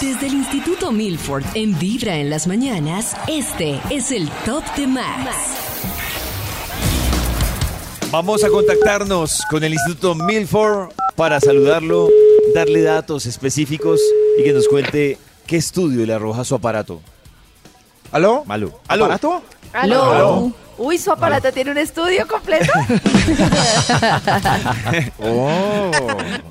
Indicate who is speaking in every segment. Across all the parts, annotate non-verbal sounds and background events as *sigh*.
Speaker 1: Desde el Instituto Milford en Vibra en las mañanas, este es el Top de Max.
Speaker 2: Vamos a contactarnos con el Instituto Milford para saludarlo, darle datos específicos y que nos cuente qué estudio le arroja su aparato.
Speaker 3: ¿Aló?
Speaker 2: Malo.
Speaker 3: ¿Aló?
Speaker 4: ¿Aló?
Speaker 3: Aló.
Speaker 4: Uy, su aparato tiene un estudio completo.
Speaker 3: Oh,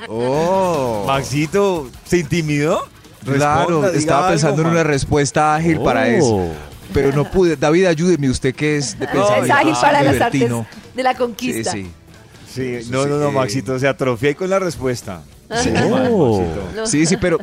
Speaker 3: oh.
Speaker 2: Maxito, ¿se intimidó?
Speaker 3: Claro,
Speaker 2: Responda, diga
Speaker 3: estaba
Speaker 2: algo,
Speaker 3: pensando en
Speaker 2: Max.
Speaker 3: una respuesta ágil para
Speaker 2: Oh.
Speaker 3: eso. Pero no pude. David, ayúdeme usted que es de pensamiento
Speaker 4: es ágil para las artes
Speaker 3: libertino.
Speaker 4: de la
Speaker 3: Sí,
Speaker 4: conquista.
Speaker 3: sí.
Speaker 2: Sí, no, no, no,
Speaker 3: Sí.
Speaker 2: Maxito, se atrofia ahí con la respuesta. Oh.
Speaker 3: Oh.
Speaker 4: No.
Speaker 3: Sí, sí, pero,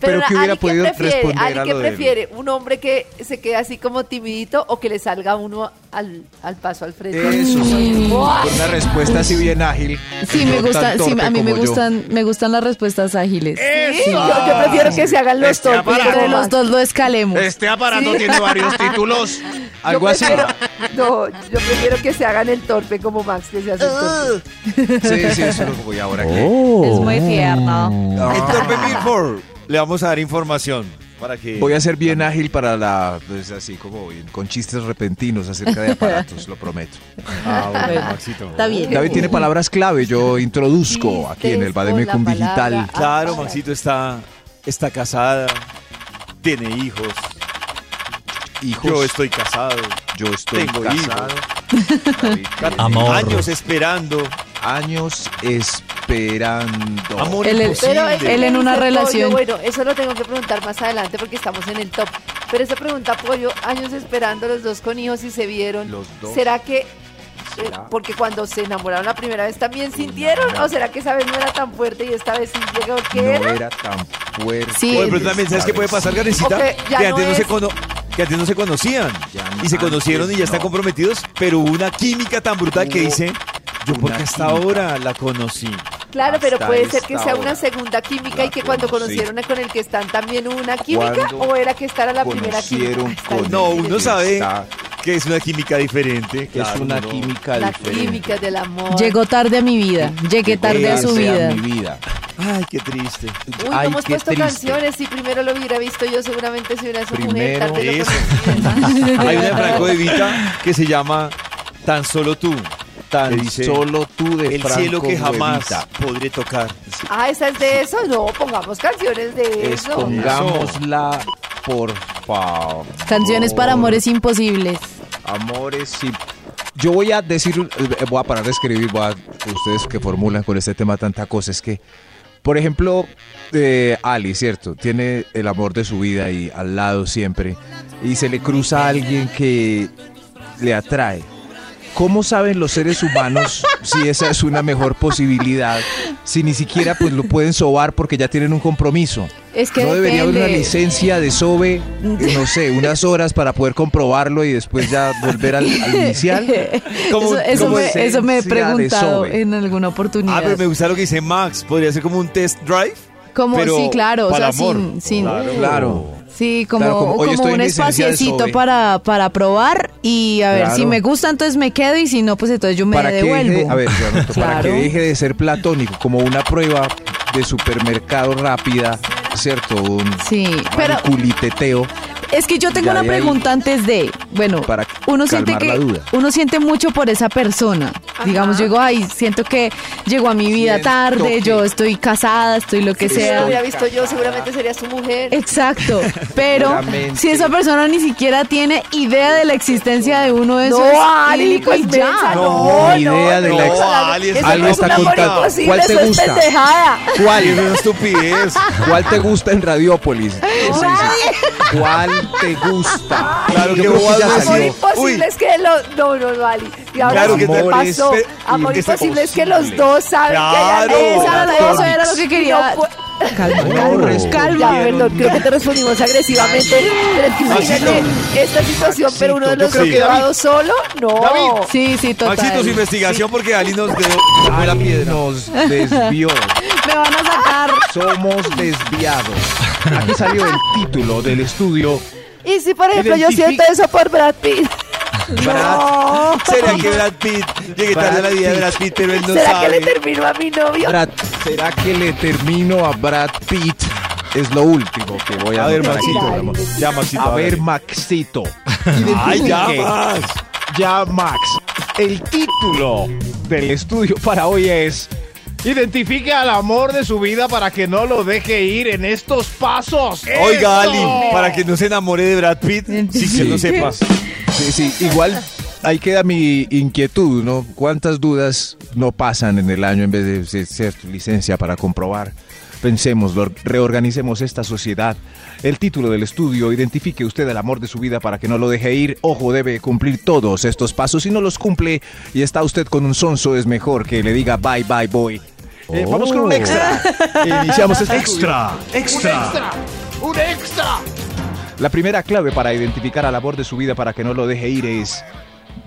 Speaker 3: pero,
Speaker 4: na-
Speaker 3: que hubiera
Speaker 4: ¿Ali
Speaker 3: podido
Speaker 4: prefiere?
Speaker 3: responder
Speaker 4: ¿Ali
Speaker 3: a
Speaker 4: qué
Speaker 3: lo de él.
Speaker 4: prefiere? ¿Un hombre que se quede así como timidito o que le salga uno al, al paso al frente?
Speaker 3: Eso, sí.
Speaker 4: ¡Buah!
Speaker 3: Con una respuesta así bien ágil.
Speaker 5: Sí,
Speaker 3: no
Speaker 5: me
Speaker 3: tan
Speaker 5: gusta, sí,
Speaker 3: torpe
Speaker 5: a mí me
Speaker 3: como yo.
Speaker 5: gustan, me gustan las respuestas ágiles.
Speaker 4: Sí, yo, yo prefiero que se hagan los
Speaker 6: Este
Speaker 4: torpes.
Speaker 6: aparato.
Speaker 5: Entre
Speaker 4: pero
Speaker 5: los
Speaker 4: los
Speaker 5: dos lo escalemos.
Speaker 6: Este aparato
Speaker 4: Sí.
Speaker 3: *laughs*
Speaker 6: tiene varios títulos.
Speaker 3: Algo así.
Speaker 4: prefiero- *laughs* No, yo prefiero que se hagan el torpe como Max, que se hace el
Speaker 3: Ah,
Speaker 4: torpe.
Speaker 3: Sí, sí, eso lo voy ahora que-
Speaker 2: Oh.
Speaker 5: Es muy tierno.
Speaker 3: Ah.
Speaker 2: El torpe Milford, le vamos a dar información para que...
Speaker 3: Voy a ser bien ágil para la. Pues así como bien, con chistes repentinos acerca de aparatos, lo prometo.
Speaker 2: Ah, bueno, Maxito.
Speaker 5: Está bien.
Speaker 3: David tiene palabras clave, yo introduzco aquí en el Bademecum
Speaker 4: con la palabra.
Speaker 3: Digital.
Speaker 2: Claro, Maxito está, está casada, tiene hijos,
Speaker 3: Hijos,
Speaker 2: yo estoy casado,
Speaker 3: yo estoy
Speaker 2: tengo
Speaker 3: casado. David,
Speaker 7: Amor.
Speaker 2: años esperando,
Speaker 3: Años esperando.
Speaker 2: amor
Speaker 5: Él-
Speaker 2: imposible.
Speaker 4: Pero él,
Speaker 5: Él en una
Speaker 4: dice,
Speaker 5: relación.
Speaker 4: "Pollo", bueno, eso lo tengo que preguntar más adelante porque estamos en el top. Pero esa pregunta, Pollo, años esperando los dos con hijos y se vieron.
Speaker 3: Los dos.
Speaker 4: ¿Será que... eh,
Speaker 3: ¿Será?
Speaker 4: Porque cuando se enamoraron la primera vez también sintieron, o será que esa vez no era tan fuerte y esta vez sintieron que
Speaker 3: No
Speaker 4: era?
Speaker 3: era tan fuerte.
Speaker 5: Sí.
Speaker 2: Oye, pero también, ¿sabes qué puede pasar, Karencita?
Speaker 4: Ok, ya
Speaker 2: que,
Speaker 4: no
Speaker 2: antes no se
Speaker 4: es.
Speaker 2: cono- que antes no se conocían.
Speaker 3: Ya
Speaker 2: y se
Speaker 3: antes
Speaker 2: conocieron y ya están
Speaker 3: no.
Speaker 2: comprometidos, pero hubo una química tan brutal que
Speaker 3: Hubo
Speaker 2: dice, yo
Speaker 3: una
Speaker 2: porque hasta
Speaker 3: química.
Speaker 2: ahora la conocí.
Speaker 4: Claro,
Speaker 3: Hasta
Speaker 4: pero puede ser que
Speaker 3: esta
Speaker 4: sea
Speaker 3: hora.
Speaker 4: una segunda química y
Speaker 3: La
Speaker 4: que cuando
Speaker 3: conocí.
Speaker 4: conocieron a con el que están también hubo una química
Speaker 3: Cuando
Speaker 4: o era que esta era la primera química.
Speaker 3: Conocieron
Speaker 4: Está
Speaker 3: con
Speaker 2: No,
Speaker 3: el
Speaker 4: difícil.
Speaker 2: uno
Speaker 3: que
Speaker 2: sabe.
Speaker 3: está-
Speaker 2: Que es una química diferente.
Speaker 3: es
Speaker 2: claro,
Speaker 3: una
Speaker 2: no.
Speaker 3: química
Speaker 4: La
Speaker 3: diferente.
Speaker 4: química del amor.
Speaker 5: Llegó tarde a mi vida. Llegué tarde a su
Speaker 3: Llegarse
Speaker 5: vida.
Speaker 3: mi vida.
Speaker 2: Ay, qué triste.
Speaker 4: Uy, no
Speaker 3: Ay,
Speaker 4: hemos
Speaker 3: qué
Speaker 4: puesto
Speaker 3: triste.
Speaker 4: canciones. Si primero lo hubiera visto yo, seguramente se hubiera su mujer.
Speaker 3: Primero
Speaker 4: tarde lo
Speaker 2: eso.
Speaker 4: conocí, ¿verdad?
Speaker 3: *laughs*
Speaker 2: Hay una de Franco de Vita que se llama Tan solo tú. Tan
Speaker 3: El
Speaker 2: dice,
Speaker 3: solo tú de
Speaker 2: el cielo
Speaker 3: Franco
Speaker 2: que jamás
Speaker 3: Evita.
Speaker 2: podré tocar.
Speaker 4: Ah, esa es de eso. No, pongamos canciones de eso.
Speaker 3: Escongámosla, por favor.
Speaker 5: Canciones
Speaker 3: Oh.
Speaker 5: para amores imposibles.
Speaker 3: Amores y... Yo voy a decir, eh, voy a parar de escribir, voy a, ustedes que formulan con este tema tanta cosa, es que, por ejemplo, eh, Ali, ¿cierto? Tiene el amor de su vida y al lado siempre, y se le cruza a alguien que le atrae. ¿Cómo saben los seres humanos si esa es una mejor posibilidad? Si ni siquiera pues lo pueden sobar porque ya tienen un compromiso.
Speaker 5: Es que
Speaker 3: no debería haber una
Speaker 5: depende.
Speaker 3: licencia de SOBE, no sé, unas horas para poder comprobarlo y después ya volver al, al inicial.
Speaker 5: *laughs*
Speaker 2: Como-
Speaker 5: Eso, eso
Speaker 2: como
Speaker 5: me,
Speaker 3: esencia
Speaker 5: eso me he
Speaker 3: de
Speaker 5: preguntado
Speaker 3: Sobe.
Speaker 5: en alguna oportunidad.
Speaker 2: Ah, pero me gusta lo que dice Max. Podría ser como un test drive.
Speaker 5: como
Speaker 2: pero
Speaker 5: sí, claro, o
Speaker 2: para
Speaker 5: sea,
Speaker 2: amor.
Speaker 5: sin, sin- Uh.
Speaker 3: Claro.
Speaker 5: sí, como,
Speaker 3: Claro, como, oye,
Speaker 5: como
Speaker 3: estoy en
Speaker 5: un
Speaker 3: licencia de
Speaker 5: espaciecito
Speaker 3: Sobe.
Speaker 5: para, para probar y a ver
Speaker 3: Claro.
Speaker 5: si me gusta, entonces me quedo y si no, pues entonces yo me
Speaker 3: para que
Speaker 5: devuelvo.
Speaker 3: deje, a ver, yo anoto, para
Speaker 5: Claro.
Speaker 3: que deje de ser platónico, como una prueba de supermercado rápida, ¿cierto? Un
Speaker 5: Sí, pero
Speaker 3: culiteteo.
Speaker 5: es que yo tengo
Speaker 3: Ya
Speaker 5: una
Speaker 3: de ahí-
Speaker 5: pregunta antes de, bueno,
Speaker 3: Para
Speaker 5: uno siente
Speaker 3: calmar
Speaker 5: que
Speaker 3: la duda.
Speaker 5: uno siente mucho por esa persona.
Speaker 4: Ajá.
Speaker 5: Digamos, llegó ahí, siento que llegó a mi vida
Speaker 3: Siento
Speaker 5: tarde,
Speaker 3: que-
Speaker 5: yo estoy casada, estoy lo que
Speaker 4: Si primero
Speaker 5: sea.
Speaker 4: lo hubiera visto yo, seguramente sería su mujer.
Speaker 3: *laughs*
Speaker 5: Exacto, pero
Speaker 3: Seguramente.
Speaker 5: si esa persona ni siquiera tiene idea de la existencia de uno de esos,
Speaker 4: No, Ali, pues, mensa, No,
Speaker 3: ni idea de
Speaker 2: no,
Speaker 3: la
Speaker 2: no, Ali,
Speaker 4: Eso
Speaker 2: es
Speaker 3: Algo
Speaker 4: no es
Speaker 3: está
Speaker 4: un amor
Speaker 3: contado.
Speaker 4: imposible,
Speaker 3: ¿Cuál te
Speaker 4: eso es
Speaker 3: gusta?
Speaker 4: pendejada.
Speaker 5: *laughs*
Speaker 2: ¿Cuál? Es una estupidez.
Speaker 3: ¿Cuál te gusta en Radiópolis? Sí, sí.
Speaker 5: Nadie
Speaker 3: ¿Cuál te gusta?
Speaker 2: Claro
Speaker 3: Yo
Speaker 2: que
Speaker 3: creo
Speaker 2: vos
Speaker 3: ya
Speaker 2: vas a decir,
Speaker 4: Amor
Speaker 3: salió.
Speaker 4: imposible
Speaker 2: uy.
Speaker 4: es que los... No, no, no, Ali. Y ahora
Speaker 2: Claro
Speaker 4: sí
Speaker 2: que
Speaker 4: te
Speaker 2: amor
Speaker 3: es
Speaker 4: pasó.
Speaker 2: pe-
Speaker 4: Amor
Speaker 2: es
Speaker 4: imposible es que los dos saben
Speaker 2: Claro.
Speaker 5: Esa
Speaker 4: que hay
Speaker 5: era
Speaker 4: algo.
Speaker 5: la- eso era lo que quería.
Speaker 4: No fue-
Speaker 5: Calma,
Speaker 3: No,
Speaker 5: calma,
Speaker 4: Ya,
Speaker 5: calma.
Speaker 4: perdón, creo que te respondimos agresivamente. Pero es que imagínate esta situación, pero uno de los
Speaker 2: creo
Speaker 4: dos
Speaker 2: que David-
Speaker 4: llevado solo, no.
Speaker 5: Sí, sí, total.
Speaker 2: Maxito, su investigación porque Ali nos dio fue la
Speaker 3: Ay,
Speaker 2: piedra.
Speaker 3: Nos desvió.
Speaker 5: Me van a sacar.
Speaker 3: Somos desviados. Aquí salió el título del estudio.
Speaker 4: Y si, por ejemplo, yo
Speaker 3: Identifica-
Speaker 4: siento eso por Brad Pitt,
Speaker 3: Brad,
Speaker 2: ¿Será que Brad Pitt llegue tarde a la vida de Brad Pitt, pero él no
Speaker 4: ¿será que
Speaker 2: sabe?
Speaker 4: le termino a mi novio?
Speaker 3: Brad, ¿será que le termino a Brad Pitt? Es lo último que voy a
Speaker 2: A ver,
Speaker 3: anotar aquí,
Speaker 2: Maxito.
Speaker 3: mi amor.
Speaker 2: Ya, Maxito.
Speaker 3: A ver,
Speaker 2: hágale.
Speaker 3: Maxito.
Speaker 2: Ay, ya,
Speaker 3: Identifique.
Speaker 2: Max.
Speaker 3: Ya, Max. El título del estudio para hoy es Identifique al amor de su vida para que no lo deje ir en estos pasos.
Speaker 2: Oiga, Ali, para que no se enamore de Brad Pitt, sí que lo sepa.
Speaker 3: Sí, sí, igual ahí queda mi inquietud, ¿no? ¿Cuántas dudas no pasan en el año en vez de ser- ser licencia para comprobar? Pensemos, lo- reorganicemos esta sociedad. El título del estudio, identifique usted el amor de su vida para que no lo deje ir. Ojo, debe cumplir todos estos pasos. Si no los cumple y está usted con un sonso, es mejor que le diga bye, bye, boy. Eh, vamos con un extra. Iniciamos este estudio.
Speaker 6: ¡Un extra!
Speaker 3: La primera clave para identificar al amor de su vida para que no lo deje ir es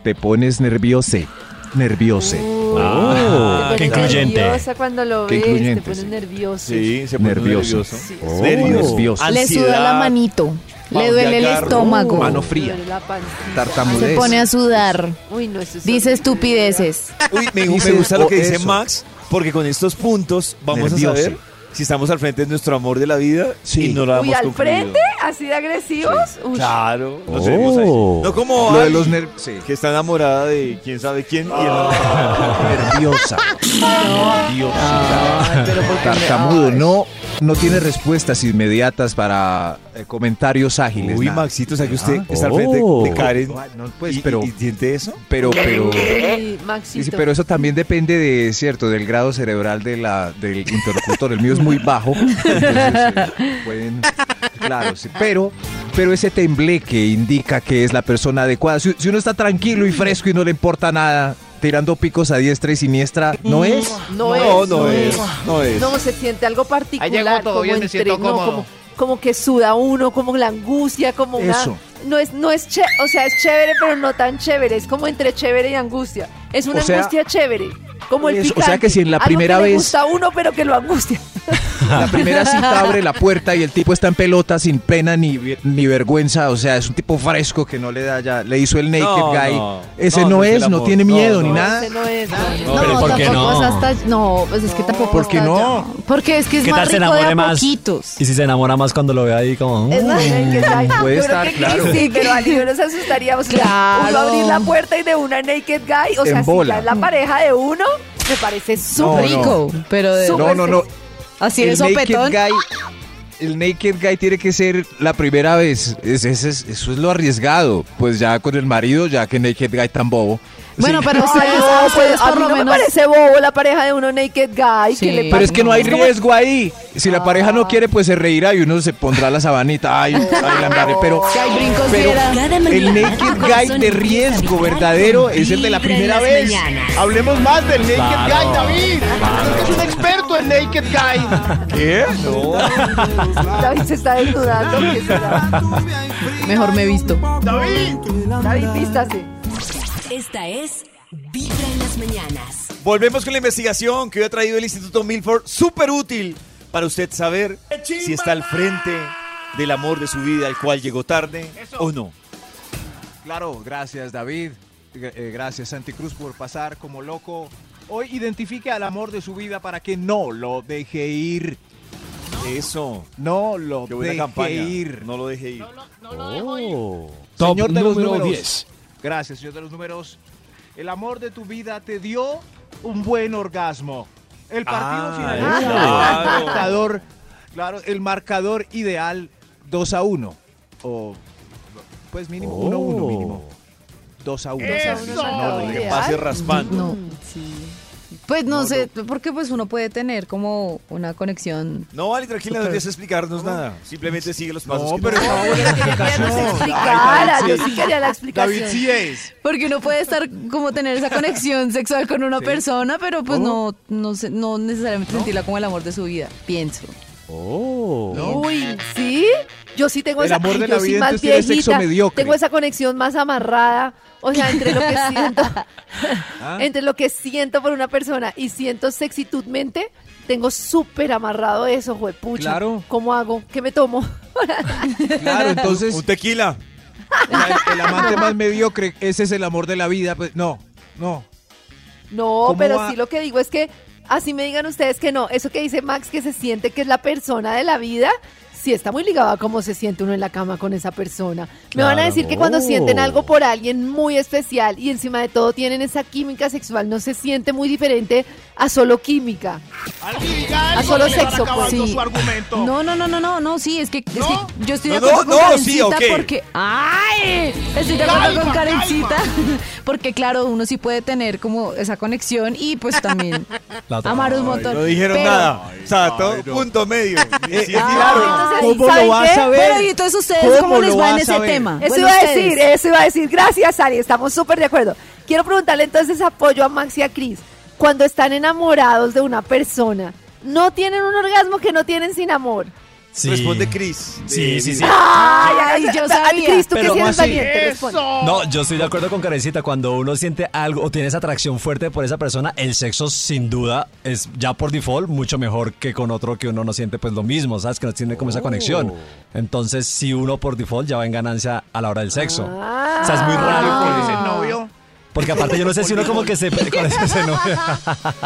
Speaker 3: te pones nerviose, nerviose.
Speaker 2: Ah,
Speaker 4: Te
Speaker 6: Ah, qué
Speaker 4: pones
Speaker 6: incluyente.
Speaker 4: nerviosa cuando lo
Speaker 3: Qué
Speaker 4: ves,
Speaker 3: incluyente,
Speaker 4: te pones
Speaker 3: sí.
Speaker 4: nervioso.
Speaker 2: Sí, se pone
Speaker 3: Nervioso.
Speaker 2: nervioso.
Speaker 4: Sí.
Speaker 3: Oh.
Speaker 2: Nervios,
Speaker 3: Nervioso.
Speaker 5: Le suda la
Speaker 2: ansiedad.
Speaker 5: manito.
Speaker 2: mal
Speaker 5: Le
Speaker 2: de
Speaker 5: duele el
Speaker 2: agarro.
Speaker 5: estómago.
Speaker 3: Mano fría.
Speaker 4: Duele la pancita.
Speaker 3: Tartamudez.
Speaker 5: Se pone a sudar.
Speaker 4: Uy, no, eso es
Speaker 5: Dice
Speaker 4: horrible.
Speaker 5: estupideces.
Speaker 2: Uy, me, me
Speaker 3: Dicen,
Speaker 2: gusta lo que
Speaker 3: "Oh,
Speaker 2: dice
Speaker 3: eso".
Speaker 2: Max, porque con estos puntos vamos a
Speaker 3: Nervioso.
Speaker 2: saber si estamos al frente de nuestro amor de la vida
Speaker 3: Sí.
Speaker 2: y no la
Speaker 4: Uy,
Speaker 2: hemos
Speaker 4: al
Speaker 2: concluido.
Speaker 4: frente, así de agresivos. Uy,
Speaker 2: Claro, no tenemos ahí. No como
Speaker 3: Oh. Lo de
Speaker 2: Ali,
Speaker 3: los ner- sí.
Speaker 2: que está enamorada de quién sabe quién. y el-
Speaker 3: nerviosa.
Speaker 2: Ah,
Speaker 3: Nerviosa. Tartamudo, no, no tiene respuestas inmediatas para eh, comentarios ágiles.
Speaker 2: Uy,
Speaker 3: nada.
Speaker 2: Maxito, o sea que usted
Speaker 3: Ah.
Speaker 2: está al frente de Karen.
Speaker 3: Ah, no, pues,
Speaker 2: y,
Speaker 3: pero-
Speaker 2: y- y siente eso?
Speaker 3: Pero, pero.
Speaker 4: Uy,
Speaker 3: Sí,
Speaker 4: Maxito.
Speaker 3: sí, pero eso también depende de cierto del grado cerebral de la, del interlocutor. El mío es muy bajo. entonces, eh, pueden- claro, sí, pero, pero ese tembleque indica que es la persona adecuada. Si, si uno está tranquilo y fresco y no le importa nada, tirando picos a diestra y siniestra, no es.
Speaker 4: No,
Speaker 2: no,
Speaker 4: es,
Speaker 2: no es, no es.
Speaker 4: No, se siente algo particular.
Speaker 6: Ahí llegó todo
Speaker 4: como
Speaker 6: bien, me
Speaker 4: entre-
Speaker 6: siento
Speaker 4: no,
Speaker 6: cómodo.
Speaker 4: como, como que suda uno, como la angustia, como una...
Speaker 3: Eso.
Speaker 4: No es, no es che- o sea, es chévere, pero no tan chévere. Es como entre chévere y angustia. Es una
Speaker 3: O sea,
Speaker 4: angustia chévere. Como el
Speaker 3: eso,
Speaker 4: picante.
Speaker 3: o sea que si en la
Speaker 4: algo
Speaker 3: primera
Speaker 4: que le
Speaker 3: vez-
Speaker 4: gusta a uno, pero que lo angustia.
Speaker 3: La primera cita abre la puerta y el tipo está en pelota sin pena ni, ver- ni vergüenza. O sea, es un tipo fresco que no le da ya. Le hizo el naked
Speaker 2: No,
Speaker 3: guy.
Speaker 2: no.
Speaker 3: ese
Speaker 2: No,
Speaker 3: no,
Speaker 2: no es el
Speaker 3: es, no
Speaker 2: amor.
Speaker 3: tiene
Speaker 2: No,
Speaker 3: miedo
Speaker 2: no.
Speaker 3: ni
Speaker 4: No,
Speaker 3: nada.
Speaker 4: ese no es. no.
Speaker 6: No, pero ¿por qué
Speaker 5: tampoco
Speaker 6: no?
Speaker 5: es hasta- no, pues es que tampoco.
Speaker 3: ¿Por qué
Speaker 5: está
Speaker 3: no?
Speaker 5: ya. Porque es que es
Speaker 6: ¿Qué tal
Speaker 5: más
Speaker 6: se
Speaker 5: rico de
Speaker 6: enamore
Speaker 5: a
Speaker 6: más?
Speaker 5: poquitos.
Speaker 6: Y si se enamora más cuando lo ve ahí
Speaker 8: "Uh,
Speaker 6: como...
Speaker 4: Es más, que está-
Speaker 3: Puede
Speaker 4: yo creo
Speaker 3: estar,
Speaker 4: que
Speaker 3: claro.
Speaker 4: Sí, pero a no nos asustaríamos.
Speaker 5: Claro.
Speaker 4: Uno abrir la puerta y de una naked guy, o sea,
Speaker 3: En
Speaker 4: si
Speaker 3: bola.
Speaker 4: ya es la pareja de uno, me parece
Speaker 3: No, no.
Speaker 4: súper
Speaker 5: Rico, pero de-
Speaker 4: Súper
Speaker 3: No, no, no.
Speaker 5: así
Speaker 3: el
Speaker 5: de sopetón.
Speaker 3: Naked guy, el naked guy tiene que ser la primera vez. Es- es- es- eso es lo arriesgado. Pues ya con el marido, ya que naked guy tan bobo.
Speaker 5: Bueno,
Speaker 3: Sí. *laughs*
Speaker 5: pero ustedes,
Speaker 4: Ay, no,
Speaker 5: a
Speaker 4: pues,
Speaker 5: ustedes
Speaker 4: a
Speaker 5: por
Speaker 4: mí
Speaker 5: lo
Speaker 4: no me
Speaker 5: menos.
Speaker 4: parece bobo la pareja de uno naked guy. ¿Qué
Speaker 5: Sí.
Speaker 4: le
Speaker 5: Pero
Speaker 3: Pero
Speaker 4: pasa?
Speaker 3: es que no hay
Speaker 4: Es como-
Speaker 3: riesgo ahí. Si la pareja
Speaker 5: Ah.
Speaker 3: no quiere, pues se reirá y uno se pondrá la sabanita.
Speaker 5: *laughs*
Speaker 3: Ay, ay, la madre, Pero,
Speaker 5: Que hay brincos
Speaker 3: pero
Speaker 5: fiera.
Speaker 1: Cada
Speaker 3: el
Speaker 1: mañana,
Speaker 3: naked
Speaker 1: tu
Speaker 3: guy
Speaker 1: corazón empieza
Speaker 3: de
Speaker 1: a
Speaker 3: riesgo
Speaker 1: vibrar
Speaker 3: verdadero
Speaker 1: con
Speaker 3: es el de la
Speaker 1: vibra en
Speaker 3: primera
Speaker 1: las
Speaker 3: vez.
Speaker 1: mañanas.
Speaker 6: Hablemos más del Naked
Speaker 2: Claro.
Speaker 6: Guy, David. Usted es un experto en Naked Guy.
Speaker 3: Ah.
Speaker 2: ¿Qué? No.
Speaker 3: *laughs*
Speaker 4: David se está desnudando. ¿qué será?
Speaker 5: Mejor me he visto.
Speaker 6: David.
Speaker 4: David, vístase.
Speaker 1: Esta es Vibra en las mañanas.
Speaker 2: Volvemos con la investigación que hoy ha traído el Instituto Milford, súper útil para usted saber si está al frente del amor de su vida, al cual llegó tarde o no.
Speaker 3: Claro, gracias David. Gra- eh, Gracias Santi Cruz por pasar como loco. Hoy identifique al amor de su vida para que no lo deje ir.
Speaker 2: Eso.
Speaker 3: No lo
Speaker 2: Qué buena
Speaker 3: deje
Speaker 2: campaña.
Speaker 3: ir.
Speaker 2: No lo deje ir.
Speaker 3: Señor de los números. Gracias, señor de los números. El amor de tu vida te dio un buen orgasmo. El partido
Speaker 2: Ah,
Speaker 3: finalizó
Speaker 2: claro.
Speaker 3: con el marcador, claro, el marcador ideal 2 a 1 o pues mínimo 1 a 1 mínimo. 2 a 1.
Speaker 4: Eso.
Speaker 3: No lo
Speaker 4: Ideal.
Speaker 2: Que
Speaker 3: dejes.
Speaker 2: pase raspando.
Speaker 5: No. Pues no, sé, porque pues uno puede tener como una conexión.
Speaker 2: No, vale, tranquila, no debes explicarnos nada. Simplemente sigue los pasos.
Speaker 7: No,
Speaker 2: que
Speaker 7: pero
Speaker 2: te-
Speaker 7: está buena la
Speaker 4: Yo no sé
Speaker 7: explicación.
Speaker 4: explicar,
Speaker 7: Ay,
Speaker 4: yo
Speaker 7: David,
Speaker 4: sí
Speaker 7: sí.
Speaker 4: quería la
Speaker 7: David
Speaker 4: explicación.
Speaker 7: sí es.
Speaker 5: Porque uno puede estar como
Speaker 2: *laughs*
Speaker 5: tener esa conexión sexual con una persona, pero pues no, no, sé- no necesariamente sentirla como el amor de su vida, pienso.
Speaker 4: Uy, ¿sí? Yo sí tengo
Speaker 3: El
Speaker 4: esa
Speaker 3: amor de
Speaker 4: yo
Speaker 3: la
Speaker 4: soy
Speaker 3: vida,
Speaker 4: más
Speaker 3: entonces, tiene sexo
Speaker 4: viejita,
Speaker 3: mediocre.
Speaker 4: Tengo esa conexión más amarrada, o sea, entre
Speaker 3: *laughs*
Speaker 4: lo que siento,
Speaker 3: Ah.
Speaker 4: entre lo que siento por una persona y siento sexitudmente, tengo súper amarrado eso, juepucha.
Speaker 3: Claro.
Speaker 4: ¿Cómo hago? ¿Qué me tomo?
Speaker 3: Claro, entonces
Speaker 2: Un tequila.
Speaker 3: la- el amante más mediocre, ese es el amor de la vida. Pues no, no.
Speaker 4: No,
Speaker 3: ¿Cómo
Speaker 4: pero
Speaker 3: va?
Speaker 4: sí lo que digo es que así me digan ustedes que no, eso que dice Max que se siente que es la persona de la vida, sí está muy ligado a cómo se siente uno en la cama con esa persona. Me van a decir que cuando sienten algo por
Speaker 7: Oh.
Speaker 4: alguien muy especial y encima de todo tienen esa química sexual, no se siente muy diferente a solo química.
Speaker 6: Alguien diga algo
Speaker 4: solo
Speaker 6: que le van
Speaker 4: sexo,
Speaker 6: acabando
Speaker 5: Ah, pues, sí.
Speaker 6: su argumento.
Speaker 5: No, no, no, no, no, no, sí, es que, es
Speaker 6: ¿No?
Speaker 5: que yo estoy de
Speaker 2: No,
Speaker 5: acuerdo
Speaker 2: no,
Speaker 5: con
Speaker 2: no,
Speaker 5: Karencita
Speaker 2: sí, ok.
Speaker 5: porque. ¡Ay! Estoy de acuerdo con
Speaker 6: Calma,
Speaker 5: Karencita. *laughs* Porque, claro, uno sí puede tener como esa conexión y pues
Speaker 2: *laughs*
Speaker 5: también amar un montón.
Speaker 2: No dijeron
Speaker 5: Pero- eh,
Speaker 2: nada. O sea, todo punto medio. Eh,
Speaker 4: Ah, Entonces,
Speaker 7: ¿Cómo
Speaker 4: ¿saben
Speaker 7: lo vas
Speaker 4: qué?
Speaker 7: a ver?
Speaker 5: Pero y entonces ustedes cómo,
Speaker 7: ¿Cómo
Speaker 5: les
Speaker 7: lo
Speaker 5: va en
Speaker 7: vas
Speaker 5: ese
Speaker 7: a ver?
Speaker 5: tema.
Speaker 4: Eso
Speaker 5: Bueno,
Speaker 4: iba a
Speaker 5: ustedes.
Speaker 4: decir, eh, eso iba a decir. Gracias, Ari, estamos súper de acuerdo. Quiero preguntarle entonces apoyo a Max y a Cris. Cuando están enamorados de una persona, ¿no tienen un orgasmo que no tienen sin amor?
Speaker 7: Sí.
Speaker 2: Responde Chris.
Speaker 8: Sí, sí, sí.
Speaker 4: Ay,
Speaker 5: Ay, yo sabía.
Speaker 4: Ah, Cris, tú que
Speaker 8: Pero,
Speaker 4: sí eres
Speaker 8: ¿cómo así?
Speaker 4: valiente, responde.
Speaker 6: Eso.
Speaker 8: No, yo estoy de acuerdo con Karencita. Cuando uno siente algo o tiene esa atracción fuerte por esa persona, el sexo sin duda es ya por default mucho mejor que con otro que uno no siente pues lo mismo, ¿sabes? Que no tiene como esa conexión. Entonces, si uno por default ya va en ganancia a la hora del sexo. O sea, es muy raro.
Speaker 7: Con
Speaker 8: porque-
Speaker 2: Ah.
Speaker 4: Ah.
Speaker 7: ese novio.
Speaker 8: Porque aparte yo no sé si uno como que se... *laughs* con ese- ese no- *laughs*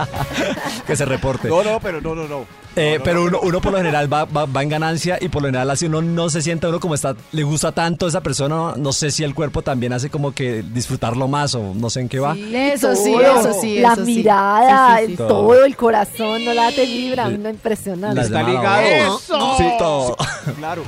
Speaker 8: que se reporte.
Speaker 3: No, no, pero no, no, no.
Speaker 8: Eh, pero uno, uno por lo general va, va- va en ganancia y por lo general así uno no se sienta uno como está, le gusta tanto a esa persona, no, no sé si el cuerpo también hace como que disfrutarlo más o no sé en qué va.
Speaker 5: Eso sí,
Speaker 4: Todo.
Speaker 5: eso sí.
Speaker 4: La
Speaker 5: eso sí.
Speaker 4: mirada,
Speaker 5: Sí, sí, sí.
Speaker 4: el
Speaker 8: Todo.
Speaker 4: todo, el corazón, no la te vibra, una impresionante.
Speaker 8: Las
Speaker 3: Está
Speaker 8: llamada,
Speaker 3: ligado.
Speaker 6: Eso.
Speaker 3: Sí,
Speaker 8: Todo.
Speaker 3: Claro.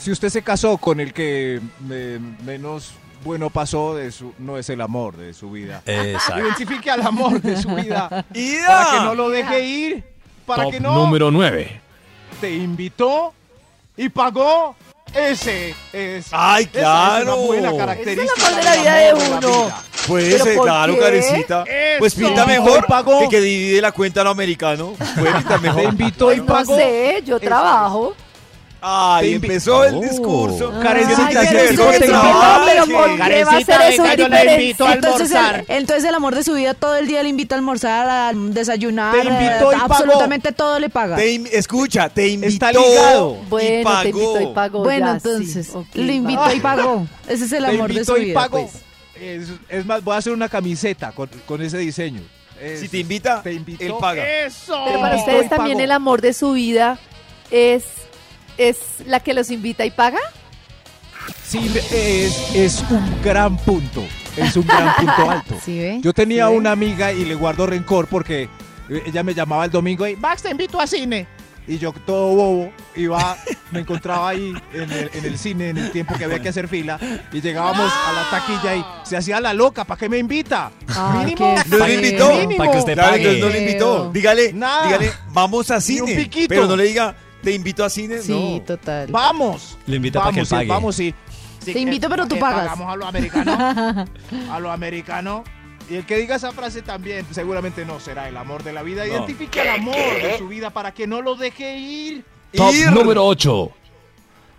Speaker 3: Si usted se casó con el que eh, menos bueno pasó de su, no es el amor de su vida. *laughs*
Speaker 8: Exacto.
Speaker 6: Identifique al amor de su vida.
Speaker 2: ¡Ida!
Speaker 6: Para que no lo deje ir. Para que no. Número 9. Te invitó y pagó. Ese es.
Speaker 2: ¡Ay,
Speaker 6: esa es una
Speaker 2: claro!
Speaker 6: buena
Speaker 2: Ese es el
Speaker 6: característica.
Speaker 4: amor de la vida de
Speaker 6: del amor la
Speaker 4: uno.
Speaker 6: vida.
Speaker 2: Pues
Speaker 4: ¿Pero
Speaker 2: eh,
Speaker 4: por
Speaker 2: claro,
Speaker 4: qué?
Speaker 2: carecita. Pues
Speaker 6: Eso.
Speaker 2: pinta
Speaker 6: Te invitó
Speaker 2: mejor
Speaker 6: y pagó.
Speaker 2: que que divide la cuenta a lo americano. Puede pintar
Speaker 3: Te
Speaker 2: mejor.
Speaker 3: invitó
Speaker 4: Pues
Speaker 3: y
Speaker 4: no
Speaker 3: pagó.
Speaker 4: sé, yo trabajo.
Speaker 2: Ay,
Speaker 3: Te invi-
Speaker 2: empezó el
Speaker 8: Oh.
Speaker 2: discurso.
Speaker 6: Karencita,
Speaker 2: Siéntate,
Speaker 4: Ay, pero
Speaker 2: siéntate,
Speaker 4: eso es
Speaker 2: siéntate.
Speaker 4: un
Speaker 2: Ay,
Speaker 4: fenómeno,
Speaker 2: qué-
Speaker 4: ¿por qué va a ser eso
Speaker 6: venga, yo la
Speaker 4: indiferente?
Speaker 6: invito a
Speaker 5: Entonces
Speaker 6: almorzar.
Speaker 5: el, entonces el amor de su vida todo el día le invita a almorzar, a desayunar,
Speaker 3: Te
Speaker 5: a-
Speaker 3: invitó y pagó.
Speaker 5: absolutamente todo le paga.
Speaker 2: Te in- escucha, te invitó
Speaker 3: Está ligado.
Speaker 4: Bueno,
Speaker 2: y pagó.
Speaker 4: te invito y pagó.
Speaker 5: Bueno,
Speaker 4: ya,
Speaker 5: entonces,
Speaker 4: sí. Ok,
Speaker 5: le invitó
Speaker 4: va.
Speaker 5: y pagó. Ese es el
Speaker 3: Te
Speaker 5: amor de su
Speaker 3: invitó y
Speaker 5: vida.
Speaker 3: pagó.
Speaker 5: pues.
Speaker 3: Es, es más, voy a hacer una camiseta con, con ese diseño.
Speaker 2: Si
Speaker 3: Eso.
Speaker 2: te invita,
Speaker 3: Te invitó.
Speaker 2: él paga.
Speaker 6: Eso.
Speaker 4: Pero
Speaker 3: Invitó
Speaker 4: para
Speaker 3: y
Speaker 4: ustedes también
Speaker 3: pagó.
Speaker 4: el amor de su vida es, es la que los invita y paga.
Speaker 3: Sí, es, es un gran punto. Es un gran
Speaker 8: *laughs*
Speaker 3: punto alto.
Speaker 5: ¿Sí ve?
Speaker 3: Yo tenía
Speaker 5: ¿Sí ve?
Speaker 3: una amiga y le guardo rencor porque eh, ella me llamaba el domingo y Max, te invito a cine. Y yo todo bobo iba, me encontraba ahí en el, en el cine en el tiempo que había que hacer fila y llegábamos a la taquilla y se hacía la loca, ¿para qué me invita?
Speaker 5: Ay,
Speaker 3: Mínimo,
Speaker 5: qué
Speaker 2: No le
Speaker 5: feo.
Speaker 2: invitó.
Speaker 8: Ah, Para que usted
Speaker 2: Claro,
Speaker 8: pague.
Speaker 2: entonces no le invitó.
Speaker 5: Creo.
Speaker 2: Dígale,
Speaker 3: Nada.
Speaker 2: dígale, vamos a
Speaker 3: Ni un
Speaker 2: cine.
Speaker 3: piquito.
Speaker 2: Pero no le diga, te invito a cine.
Speaker 5: Sí,
Speaker 2: no.
Speaker 5: total.
Speaker 3: Vamos.
Speaker 8: Le invita para que
Speaker 3: Vamos, sí,
Speaker 8: pague.
Speaker 3: Vamos, sí. Sí,
Speaker 5: Te invito,
Speaker 3: eh,
Speaker 5: pero tú
Speaker 3: eh,
Speaker 5: pagas.
Speaker 6: Pagamos a lo americano. A lo americano. Y el que diga esa frase también, seguramente no será el amor de la vida. Identifique el amor de su vida para que no lo deje ir.
Speaker 2: Ir.
Speaker 7: número 8.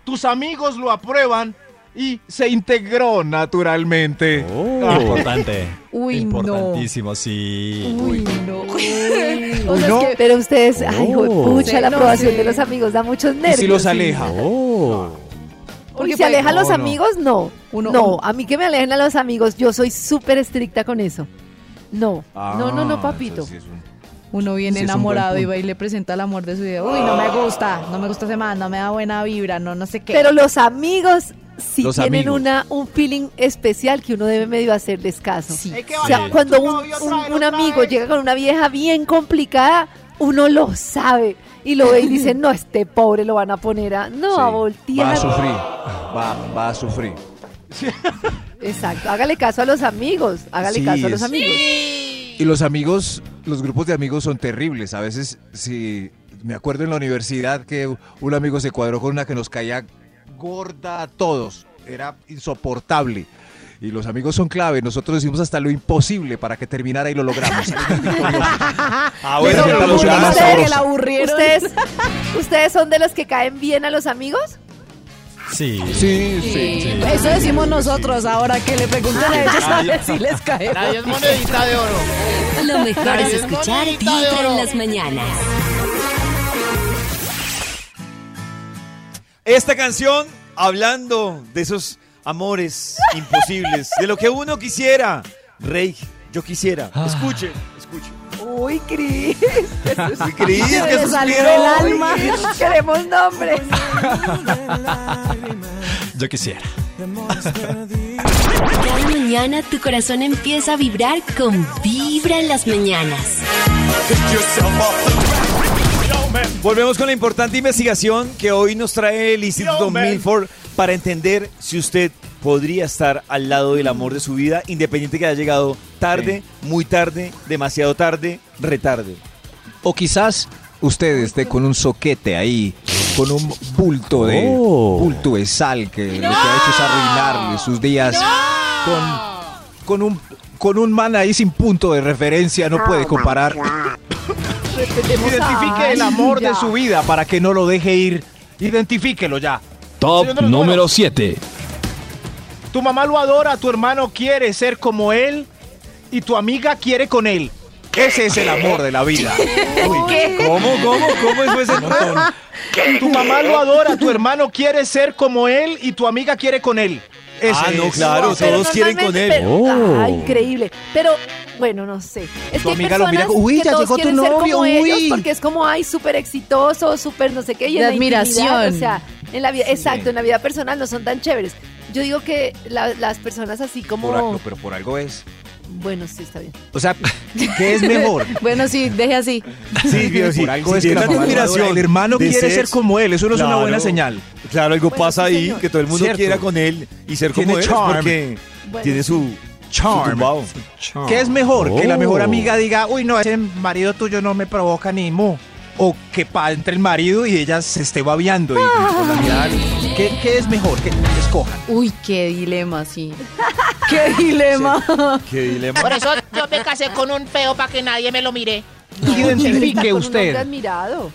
Speaker 6: Tus amigos lo aprueban y se integró naturalmente.
Speaker 8: Oh. Uh.
Speaker 6: Ah, pues,
Speaker 8: Importante.
Speaker 5: Uy, no.
Speaker 8: Importantísimo, sí.
Speaker 5: Uy,
Speaker 4: *laughs*
Speaker 5: no.
Speaker 4: O sea, es
Speaker 3: no.
Speaker 4: que- pero ustedes, ay, pucha,
Speaker 5: Sí,
Speaker 4: la
Speaker 5: no,
Speaker 4: aprobación
Speaker 5: sí.
Speaker 4: de los amigos da muchos
Speaker 3: Y
Speaker 4: nervios.
Speaker 3: si los aleja.
Speaker 4: Porque
Speaker 5: Uy,
Speaker 4: si alejan
Speaker 3: no,
Speaker 4: los
Speaker 3: no.
Speaker 4: amigos, no.
Speaker 5: Uno-
Speaker 4: no,
Speaker 5: uno-
Speaker 4: a mí que me alejen a los amigos, yo soy súper estricta con eso. No, no, no, no,
Speaker 3: Ah,
Speaker 4: papito.
Speaker 3: entonces sí es un-
Speaker 5: Uno viene
Speaker 8: Sí, es un buen
Speaker 5: enamorado y
Speaker 8: punto.
Speaker 5: va y le presenta el amor de su vida. Uy, no me gusta, no me gusta ese man, no me da buena vibra, no, no sé qué.
Speaker 4: Pero los amigos sí
Speaker 3: Los
Speaker 4: tienen
Speaker 3: amigos.
Speaker 4: Una, un feeling especial que uno debe medio hacerles caso.
Speaker 5: Sí.
Speaker 6: Es que
Speaker 4: O
Speaker 6: vaya
Speaker 4: sea,
Speaker 6: con
Speaker 4: cuando
Speaker 6: tu
Speaker 4: un,
Speaker 6: novio otra
Speaker 4: un-
Speaker 6: vez,
Speaker 4: un
Speaker 6: otra
Speaker 4: amigo
Speaker 6: vez.
Speaker 4: llega con una vieja bien complicada, uno lo sabe y lo ve y dice, no, este pobre lo van a poner a... No,
Speaker 3: sí.
Speaker 4: a
Speaker 3: Va a
Speaker 4: voltear.
Speaker 3: sufrir. Va, va a sufrir.
Speaker 4: Exacto, hágale caso a los amigos, hágale
Speaker 3: Sí,
Speaker 4: caso a los
Speaker 3: es-
Speaker 4: amigos.
Speaker 3: Y los amigos los grupos de amigos son terribles. A veces, si me acuerdo en la universidad que un amigo se cuadró con una que nos caía gorda a todos, era insoportable. Y los amigos son clave, nosotros hicimos hasta lo imposible para que terminara y lo logramos.
Speaker 2: *laughs* Ah, bueno,
Speaker 3: Pero
Speaker 2: pero
Speaker 3: como
Speaker 2: suena
Speaker 3: no
Speaker 2: más
Speaker 5: ustedes
Speaker 4: ustedes-
Speaker 2: sabroso.
Speaker 5: que la aburrieron.
Speaker 4: ¿Ustedes, *laughs* ¿Ustedes son de los que caen bien a los amigos?
Speaker 5: *laughs*
Speaker 8: Sí.
Speaker 3: sí, sí.
Speaker 5: Eso decimos nosotros ahora que le preguntan a ellos a ver si les cae.
Speaker 6: Nadie es monedita de oro.
Speaker 1: Lo mejor es escuchar
Speaker 6: Monedita de
Speaker 1: Vibra en
Speaker 6: oro.
Speaker 1: las mañanas.
Speaker 2: Esta canción hablando de esos amores imposibles, de lo que uno quisiera. Rey, yo quisiera.
Speaker 8: Ah.
Speaker 3: Ah.
Speaker 2: Escuche, escuche.
Speaker 4: Uy, Cris.
Speaker 2: Uy, Cris,
Speaker 5: *laughs* Se
Speaker 2: que
Speaker 5: le salió
Speaker 2: suspiro.
Speaker 5: el alma.
Speaker 4: *laughs* Queremos nombres.
Speaker 8: Yo quisiera.
Speaker 1: Cada mañana tu corazón empieza a vibrar con Vibra en las mañanas.
Speaker 2: Volvemos con la importante investigación que hoy nos trae el Instituto Milford para entender si usted podría estar al lado del amor de su vida, independiente que haya llegado tarde, muy tarde, demasiado tarde, retarde.
Speaker 3: O quizás usted esté con un soquete ahí, con un bulto de
Speaker 2: Oh.
Speaker 3: bulto de sal que lo que ha hecho es arruinarle sus días con, con un con un man ahí sin punto de referencia, no puede comparar. Identifique el amor de su vida para que no lo deje ir. Identifíquelo ya.
Speaker 7: Top número 7.
Speaker 6: Tu mamá lo adora, tu hermano quiere ser como él y tu amiga quiere con él.
Speaker 3: Ese es el amor de la vida.
Speaker 2: ¿Cómo, cómo, cómo es ese
Speaker 6: Tu mamá lo adora, tu hermano quiere ser como él y tu amiga quiere con él. Ese
Speaker 2: Ah, no,
Speaker 6: es.
Speaker 2: claro,
Speaker 4: Pero
Speaker 2: todos quieren con
Speaker 4: normalmente-
Speaker 2: él.
Speaker 4: pero- ah, increíble. Pero, bueno, no sé. Es
Speaker 3: Oh. Tu
Speaker 4: que hay
Speaker 3: amiga lo mira,
Speaker 4: personas
Speaker 3: "Uy,
Speaker 4: que
Speaker 3: ya
Speaker 4: todos
Speaker 3: llegó tu
Speaker 4: quieren ser
Speaker 3: novio,
Speaker 4: como ellos
Speaker 3: uy".
Speaker 4: porque es como, ay, súper exitoso, súper no sé qué. Y
Speaker 5: De
Speaker 4: en la intimidad,
Speaker 5: admiración.
Speaker 4: o sea, en la vida, exacto, en la vida personal no son tan chéveres. Yo digo que la- las personas así como...
Speaker 3: Por algo, pero por algo es.
Speaker 4: Bueno, sí, está bien.
Speaker 3: O sea, ¿qué es mejor?
Speaker 5: Bueno, sí, deje así.
Speaker 2: *laughs* Sí, pero sí, Pues
Speaker 3: Por algo
Speaker 2: sí,
Speaker 3: es que
Speaker 2: tiene
Speaker 3: la
Speaker 2: tanta
Speaker 3: mamá lo adora,
Speaker 2: admiración
Speaker 3: El hermano
Speaker 2: de
Speaker 3: quiere ser como él, eso no es una
Speaker 2: Claro.
Speaker 3: buena señal.
Speaker 2: Claro, algo
Speaker 4: Bueno,
Speaker 2: pasa
Speaker 4: sí,
Speaker 2: ahí,
Speaker 4: señor.
Speaker 2: que todo el mundo
Speaker 3: Cierto.
Speaker 2: quiera con él y ser
Speaker 3: Tiene
Speaker 2: como él,
Speaker 3: charm.
Speaker 2: porque
Speaker 4: Bueno,
Speaker 2: tiene su
Speaker 3: Charm.
Speaker 2: tumbao.
Speaker 3: ¿Qué es mejor? Que la mejor amiga
Speaker 6: diga, uy, no, ese marido tuyo no me provoca ni mu.
Speaker 3: o que pa- entre el marido y ella se esté babeando. Y,
Speaker 5: Ah.
Speaker 3: con la mirada, ¿qué, qué es mejor? Que escojan.
Speaker 5: Uy, qué dilema, sí. Qué dilema.
Speaker 2: Qué dilema.
Speaker 9: Por eso yo me casé con un feo para que nadie me lo mire.
Speaker 4: Está
Speaker 3: Identifique
Speaker 4: con un hombre
Speaker 3: usted.
Speaker 4: admirado.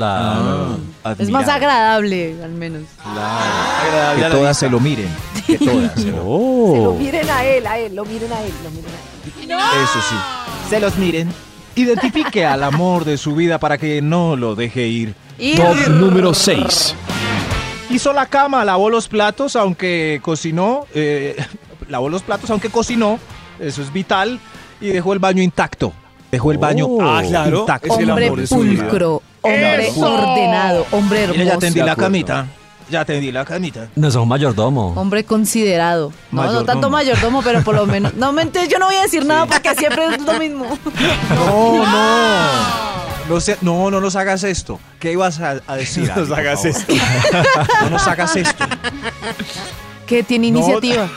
Speaker 3: Ah,
Speaker 8: Claro.
Speaker 5: Es más agradable, al menos.
Speaker 2: Agradable a
Speaker 3: Que
Speaker 2: la
Speaker 3: todas se lo miren. Que todas se lo
Speaker 4: Se lo miren a él, a él, lo miren a él, lo miren a él.
Speaker 3: Eso sí. Se los miren. Identifique al amor de su vida para que no lo deje ir.
Speaker 5: Y
Speaker 7: Top número 6.
Speaker 3: Hizo la cama, lavó los platos, aunque cocinó. eh, *laughs* lavó los platos, aunque cocinó. Eso es vital. Y dejó el baño intacto. Dejó el baño
Speaker 2: Ah, claro,
Speaker 3: intacto.
Speaker 2: es el
Speaker 5: hombre
Speaker 2: amor de su vida.
Speaker 5: pulcro, hombre
Speaker 6: ¡Eso!
Speaker 5: ordenado, hombre
Speaker 3: Mira, ya tendí
Speaker 5: hermoso,
Speaker 3: la camita. Ya tendí
Speaker 2: *laughs*
Speaker 3: la camita.
Speaker 8: No, eso es un mayordomo.
Speaker 5: hombre considerado. No, no
Speaker 3: Mayordomo.
Speaker 5: tanto mayordomo, pero por lo menos. No, mente, yo no voy a decir nada porque siempre es lo mismo.
Speaker 3: No, no. No, sea- no, no nos hagas esto. ¿Qué ibas a, a decir?
Speaker 2: *laughs* No nos
Speaker 3: Ari,
Speaker 2: hagas
Speaker 3: por
Speaker 2: esto.
Speaker 3: favor? *laughs* No nos hagas esto.
Speaker 5: Que tiene
Speaker 3: No.
Speaker 5: iniciativa.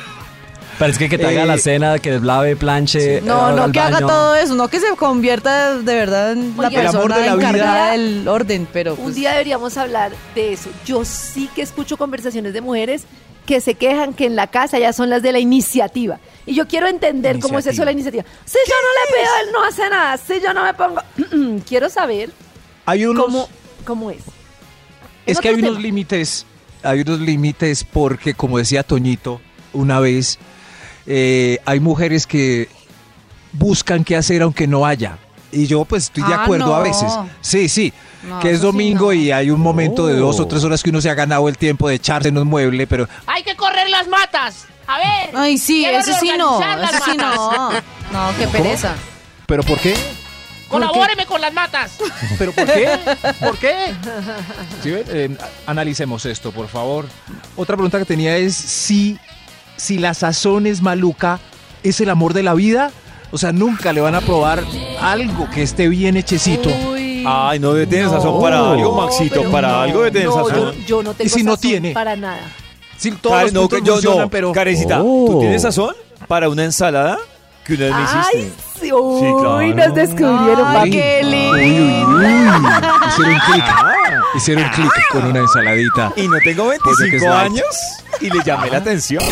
Speaker 8: Pero es que que te haga
Speaker 3: Eh,
Speaker 8: la cena, que lave, planche.
Speaker 5: No,
Speaker 8: eh,
Speaker 5: no
Speaker 8: al
Speaker 5: que haga
Speaker 8: baño.
Speaker 5: todo eso, no que se convierta de verdad en la
Speaker 4: Oiga, el
Speaker 3: amor
Speaker 5: persona
Speaker 3: de la vida-
Speaker 5: encargada del orden, pero
Speaker 4: Un
Speaker 5: pues,
Speaker 4: día deberíamos hablar de eso. Yo sí que escucho conversaciones de mujeres que se quejan que en la casa ya son las de la iniciativa. Y yo quiero entender cómo es eso de la iniciativa. Si yo no le pido, él no hace nada. Si yo no me pongo... *clears throat* quiero saber
Speaker 3: Hay unos,
Speaker 4: cómo, cómo es.
Speaker 3: es que hay
Speaker 4: otro
Speaker 3: unos
Speaker 4: tema.
Speaker 3: límites. Hay unos límites porque, como decía Toñito una vez, eh, hay mujeres que buscan qué hacer aunque no haya. Y yo pues estoy de
Speaker 5: Ah,
Speaker 3: acuerdo a
Speaker 5: no.
Speaker 3: veces. Sí, sí.
Speaker 5: No,
Speaker 3: que es
Speaker 5: eso sí,
Speaker 3: domingo
Speaker 5: no.
Speaker 3: y hay un momento de dos
Speaker 8: Oh.
Speaker 3: o tres horas que uno se ha ganado el tiempo de echarse en un mueble, pero
Speaker 9: Hay que correr las matas. A ver.
Speaker 5: Ay, sí,
Speaker 9: quiero
Speaker 5: eso sí no,
Speaker 9: reorganizar las
Speaker 5: eso sí
Speaker 9: matas.
Speaker 5: no. No, qué pereza.
Speaker 3: ¿pero por qué?
Speaker 9: Colabóreme con las matas.
Speaker 3: ¿Pero por qué? ¿Por qué? ¿Sí ven? Eh, analicemos esto, por favor. Otra pregunta que tenía es si, si la sazón es maluca, ¿es el amor de la vida? O sea, nunca le van a probar algo que esté bien hechecito.
Speaker 4: Uy.
Speaker 2: Ay, no debe tener sazón para algo, Maxito,
Speaker 4: pero
Speaker 2: para
Speaker 4: no.
Speaker 2: algo debe tener
Speaker 4: No,
Speaker 2: sazón.
Speaker 4: Yo, yo no tengo
Speaker 3: si no
Speaker 4: sazón
Speaker 3: tiene?
Speaker 4: para nada.
Speaker 3: Si todos
Speaker 2: Karen,
Speaker 3: los puntos
Speaker 2: que yo
Speaker 3: funcionan,
Speaker 2: no.
Speaker 3: pero...
Speaker 2: Karencita, ¿tú tienes sazón para una ensalada? que una vez me
Speaker 4: Ay,
Speaker 2: hiciste.
Speaker 4: sí, uy,
Speaker 2: claro.
Speaker 4: nos descubrieron,
Speaker 5: Ay,
Speaker 4: papi.
Speaker 5: qué
Speaker 3: Uy,
Speaker 5: lindo.
Speaker 3: uy, Hicieron clic. Ah. Hicieron clic con una ensaladita.
Speaker 2: Y no tengo
Speaker 3: Oye, que es
Speaker 2: 25
Speaker 3: light.
Speaker 2: años y le llamé la atención.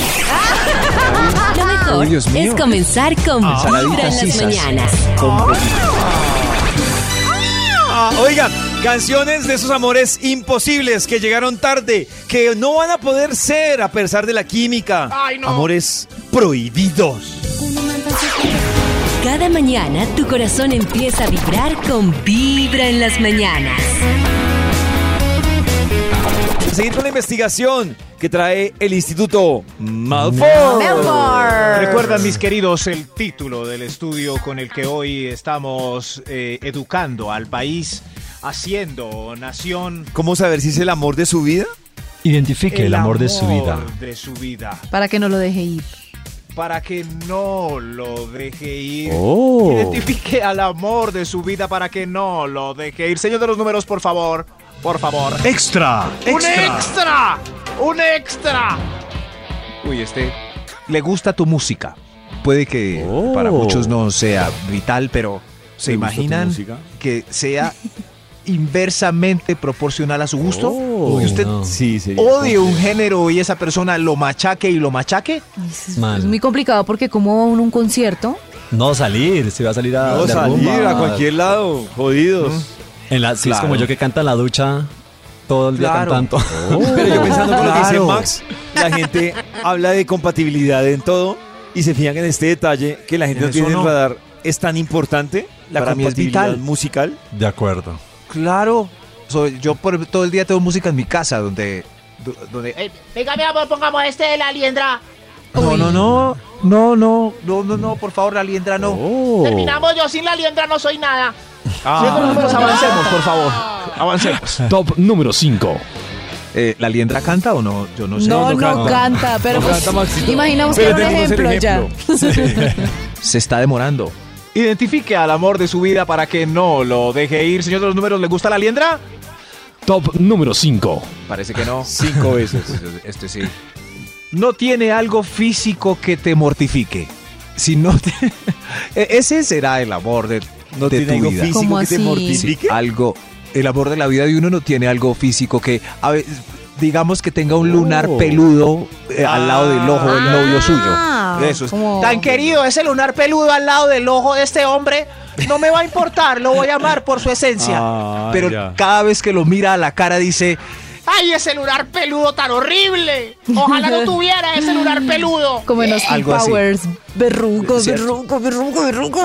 Speaker 1: Lo mejor
Speaker 3: Uy, Dios mío.
Speaker 1: es comenzar con
Speaker 9: Ah,
Speaker 1: Vibra en las
Speaker 3: sisas.
Speaker 1: mañanas.
Speaker 2: Ah, oigan, canciones de esos amores imposibles que llegaron tarde, que no van a poder ser a pesar de la química.
Speaker 9: Ay, no.
Speaker 2: Amores prohibidos.
Speaker 1: Cada mañana tu corazón empieza a vibrar con Vibra en las mañanas.
Speaker 2: Seguir con la investigación que trae el Instituto Malfoy.
Speaker 6: Recuerdan, mis queridos, el título del estudio con el que hoy estamos eh, educando al país, haciendo nación
Speaker 2: ¿Cómo saber si es el amor de su vida?
Speaker 8: Identifique el, amor, de su vida.
Speaker 6: de su vida,
Speaker 5: Para que no lo deje ir.
Speaker 6: para que no lo deje ir.
Speaker 2: Oh.
Speaker 6: Identifique al amor de su vida para que no lo deje ir. Señor de los números, por favor, por favor.
Speaker 7: Extra,
Speaker 6: ¡Un extra! ¡Un extra!
Speaker 3: Uy, este.
Speaker 6: Le gusta tu música.
Speaker 3: Puede que
Speaker 2: Oh.
Speaker 3: para muchos no sea vital, pero
Speaker 6: ¿Se
Speaker 2: ¿Te gusta tu
Speaker 6: imaginan
Speaker 2: música?
Speaker 6: que sea inversamente proporcional a su gusto?
Speaker 2: Oh.
Speaker 6: que usted
Speaker 3: Ah.
Speaker 8: no.
Speaker 2: Sí, sería
Speaker 6: odie un género y esa persona lo machaque y lo machaque.
Speaker 5: Es, es
Speaker 8: Mal.
Speaker 5: muy complicado porque como va uno a un concierto,
Speaker 8: No salir, si va a salir a,
Speaker 6: Ah,
Speaker 2: No,
Speaker 8: de
Speaker 2: salir
Speaker 8: rumba.
Speaker 2: a cualquier lado, jodidos.
Speaker 8: En la, sí, es
Speaker 2: Claro.
Speaker 8: como yo que canta en la ducha todo el
Speaker 6: Claro.
Speaker 8: día cantando.
Speaker 2: *laughs*
Speaker 5: Oh.
Speaker 8: *laughs*
Speaker 2: Pero yo pensando por lo que dice
Speaker 6: Claro.
Speaker 2: Max, la gente habla de compatibilidad en todo y se fijan en este detalle que la gente
Speaker 6: En
Speaker 2: no tiene
Speaker 6: eso
Speaker 2: en el
Speaker 6: no.
Speaker 2: radar. Es tan importante la
Speaker 6: Para mí es
Speaker 2: compatibilidad
Speaker 6: vital.
Speaker 2: musical.
Speaker 8: De acuerdo.
Speaker 3: Claro. soy- yo por todo el día tengo música en mi casa donde. do- donde
Speaker 9: Eh, Venga, mi amor, pongamos este de la liendra.
Speaker 3: no, no, no. No, no. No, no, no. Por favor, la liendra no.
Speaker 2: Oh.
Speaker 9: Oh. Terminamos yo sin la liendra, no soy nada.
Speaker 6: Señor de los números, avancemos, por favor. Avancemos.
Speaker 7: Top número 5.
Speaker 3: Eh, ¿La liendra canta o no? Yo no sé.
Speaker 5: no, no,
Speaker 8: canta.
Speaker 5: canta. pero pues, imaginamos
Speaker 2: Pero
Speaker 5: que era un
Speaker 2: tenemos el
Speaker 5: ejemplo,
Speaker 2: ejemplo.
Speaker 5: ya.
Speaker 3: Se está demorando.
Speaker 6: Identifique al amor de su vida para que no lo deje ir. Señor de los números, ¿le gusta la liendra?
Speaker 7: Top número 5.
Speaker 3: Parece que no.
Speaker 2: *laughs* Cinco veces.
Speaker 3: *laughs* Este sí.
Speaker 6: No tiene algo físico que te mortifique.
Speaker 3: Si no te- *laughs* E- ese será el amor de,
Speaker 2: No
Speaker 3: de
Speaker 2: tiene
Speaker 3: tu
Speaker 2: algo
Speaker 3: vida.
Speaker 2: físico
Speaker 5: ¿Cómo
Speaker 2: que te
Speaker 5: así?
Speaker 3: Sí,
Speaker 2: mortifique.
Speaker 3: algo el amor de la vida de uno no tiene algo físico que a ve- digamos que tenga un lunar peludo eh, al lado del ojo del novio
Speaker 5: Ah,
Speaker 3: suyo. Eso es.
Speaker 5: como-
Speaker 9: Tan querido, ese lunar peludo al lado del ojo de este hombre, no me va a importar, lo voy a amar por su esencia.
Speaker 3: Pero cada vez que lo mira a la cara dice,
Speaker 9: ¡Ay, ese lunar peludo tan horrible! Ojalá no tuviera ese lunar peludo.
Speaker 5: *laughs* Como en los Teen
Speaker 3: Algo así.
Speaker 5: Powers. Berruco,
Speaker 3: Cierto.
Speaker 5: berruco, berruco, berruco.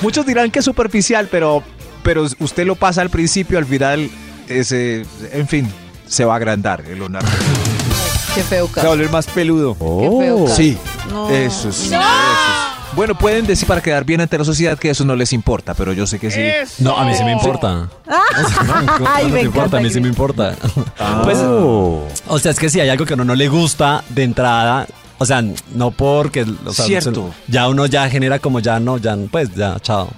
Speaker 3: muchos dirán que es superficial, pero pero usted lo pasa al principio, al final ese en fin, se va a agrandar el lunar.
Speaker 5: Qué feo,
Speaker 2: Se va a
Speaker 5: Carlos.
Speaker 2: volver más peludo.
Speaker 5: Qué feo, Carlos.
Speaker 3: Sí,
Speaker 5: No.
Speaker 3: eso es. eso es. Bueno, pueden decir para quedar bien ante la sociedad que eso no les importa, pero yo sé que sí.
Speaker 8: No, a mí sí
Speaker 5: *laughs*
Speaker 8: me importa. *laughs* No,
Speaker 5: Ay,
Speaker 8: no
Speaker 5: me
Speaker 8: te importa,
Speaker 5: encanta. Ah.
Speaker 8: a mí sí me importa. *laughs* Pues, o sea, es que si hay algo que a uno no le gusta de entrada, o sea, no porque... o sea,
Speaker 3: Cierto.
Speaker 8: Ya uno ya genera como ya no, ya pues ya, chao. O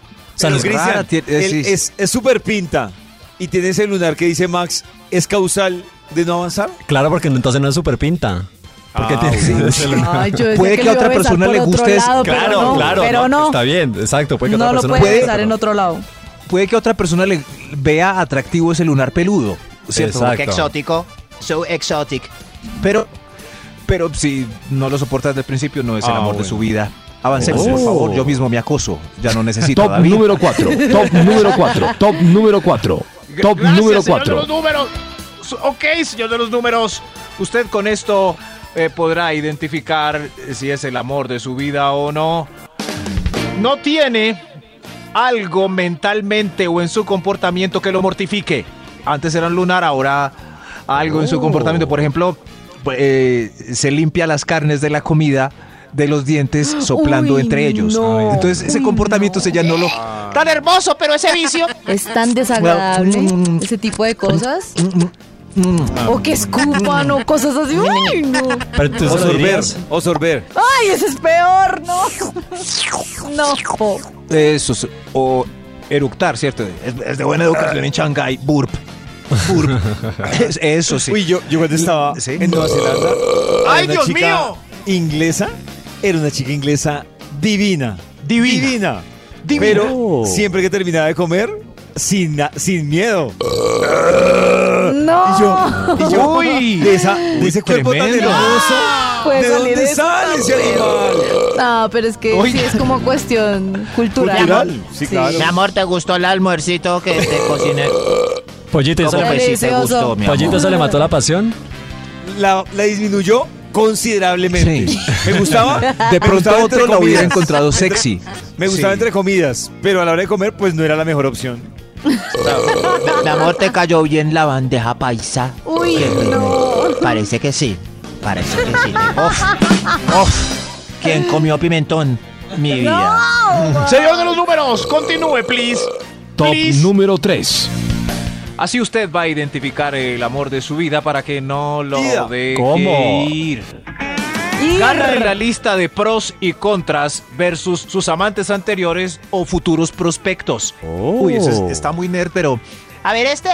Speaker 2: Pero
Speaker 8: sea, no es-
Speaker 2: Cristian,
Speaker 3: rara, tiene- eh,
Speaker 2: él
Speaker 3: sí, sí.
Speaker 2: es es súper pinta y tiene ese lunar que dice Max, ¿es causal de no avanzar?
Speaker 8: claro, porque no- entonces no es súper pinta.
Speaker 7: Ah,
Speaker 8: Porque tiene *laughs*
Speaker 5: Ay, yo decía
Speaker 3: Puede que
Speaker 5: lo
Speaker 3: a otra
Speaker 5: iba besar
Speaker 3: persona
Speaker 5: por
Speaker 3: le
Speaker 5: otro
Speaker 3: guste eso.
Speaker 5: lado, pero
Speaker 8: Claro,
Speaker 5: no,
Speaker 8: claro.
Speaker 5: Pero no,
Speaker 8: Está bien, exacto. Puede que
Speaker 5: no
Speaker 8: otra
Speaker 5: lo
Speaker 8: persona
Speaker 5: puede
Speaker 3: puede,
Speaker 5: besar en otro lado.
Speaker 3: *laughs* puede que otra persona le vea atractivo ese lunar peludo, ¿cierto?
Speaker 8: Exacto.
Speaker 9: exótico. So exotic.
Speaker 3: Pero, pero si no lo soportas desde el principio, no es el
Speaker 2: Ah,
Speaker 3: amor de
Speaker 2: bueno.
Speaker 3: su vida. Avancemos, por
Speaker 7: Oh.
Speaker 3: favor. Yo mismo me acoso. Ya no necesito a
Speaker 7: Top
Speaker 3: David.
Speaker 7: número 4.
Speaker 3: *laughs*
Speaker 7: Top número 4. Top número 4. Top
Speaker 6: Gracias,
Speaker 7: número
Speaker 6: señor de los
Speaker 7: 4.
Speaker 6: números. Su- Ok, señor de los números. Usted con esto eh, podrá identificar si es el amor de su vida o no. No tiene algo mentalmente o en su comportamiento que lo mortifique. Antes era un lunar, ahora
Speaker 3: Algo en su comportamiento. Por ejemplo, pues, eh, se limpia las carnes de la comida de los dientes soplando
Speaker 5: Uy,
Speaker 3: entre ellos.
Speaker 5: no.
Speaker 3: Entonces, ese
Speaker 5: Uy,
Speaker 3: comportamiento se ya no lo.
Speaker 9: Tan hermoso, pero ese vicio.
Speaker 5: Es tan desagradable
Speaker 3: Bueno,
Speaker 5: ese tipo de cosas. O que escupan o cosas así. ¡Ay, no!
Speaker 8: Pero entonces lo
Speaker 2: Osorber,
Speaker 8: dirías.
Speaker 2: osorber.
Speaker 5: ¡Ay, eso es peor! ¡No! No.
Speaker 3: Eso. es- O eructar, ¿cierto? Es, es de buena educación
Speaker 2: Ah.
Speaker 3: en Shanghái. Burp.
Speaker 2: *laughs*
Speaker 3: Burp. Es- Eso sí.
Speaker 2: Uy, yo, yo cuando estaba
Speaker 3: Sí.
Speaker 2: en Nueva Zelanda.
Speaker 6: ¡Ay,
Speaker 2: una
Speaker 6: Dios
Speaker 2: chica
Speaker 6: mío!
Speaker 2: Inglesa Era una chica inglesa divina. Divina. Divina. Pero siempre que terminaba de comer, sin, na- sin miedo.
Speaker 5: No.
Speaker 2: Y yo, y yo
Speaker 3: Uy.
Speaker 2: de, esa, de ese cuerpo tan
Speaker 3: tremendo.
Speaker 2: hermoso,
Speaker 5: Puede
Speaker 2: ¿de
Speaker 5: salir
Speaker 2: dónde
Speaker 5: eso.
Speaker 2: sale ese animal?
Speaker 5: No, pero es que
Speaker 2: Uy.
Speaker 5: sí es como
Speaker 2: *laughs*
Speaker 5: cuestión cultural.
Speaker 2: Cultural, sí, claro.
Speaker 9: *laughs* Mi amor, ¿te gustó el almuercito que te cociné?
Speaker 8: Pollito, ¿eso
Speaker 9: ¿Cómo
Speaker 8: le,
Speaker 9: fue? Sí, te
Speaker 5: Delicioso.
Speaker 9: gustó, mi
Speaker 8: Pollito,
Speaker 9: amor.
Speaker 8: ¿eso le mató la pasión?
Speaker 2: La, la disminuyó considerablemente.
Speaker 10: Sí.
Speaker 2: Me gustaba. me
Speaker 10: *laughs* De pronto
Speaker 2: gustaba entre
Speaker 10: otro la hubiera
Speaker 2: comidas.
Speaker 10: encontrado sexy.
Speaker 2: Me gustaba
Speaker 10: Sí.
Speaker 2: entre comidas, pero a la hora de comer, pues no era la mejor opción.
Speaker 9: Mi amor, ¿te cayó bien la bandeja paisa?
Speaker 5: Uy,
Speaker 9: Qué rico.
Speaker 5: no.
Speaker 9: Parece que sí. Parece que sí. Uf, uf. ¿Quién comió pimentón? Mi vida.
Speaker 3: Señor de los números, continúe, please.
Speaker 6: Top
Speaker 3: Please.
Speaker 6: número 3.
Speaker 3: Así usted va a identificar el amor de su vida para que no lo
Speaker 2: Vida.
Speaker 3: deje
Speaker 8: ¿Cómo?
Speaker 3: ir. Gana en la lista de pros y contras versus sus amantes anteriores o futuros prospectos.
Speaker 2: Oh.
Speaker 3: Uy, ese es- está muy nerd, pero
Speaker 9: A ver, este.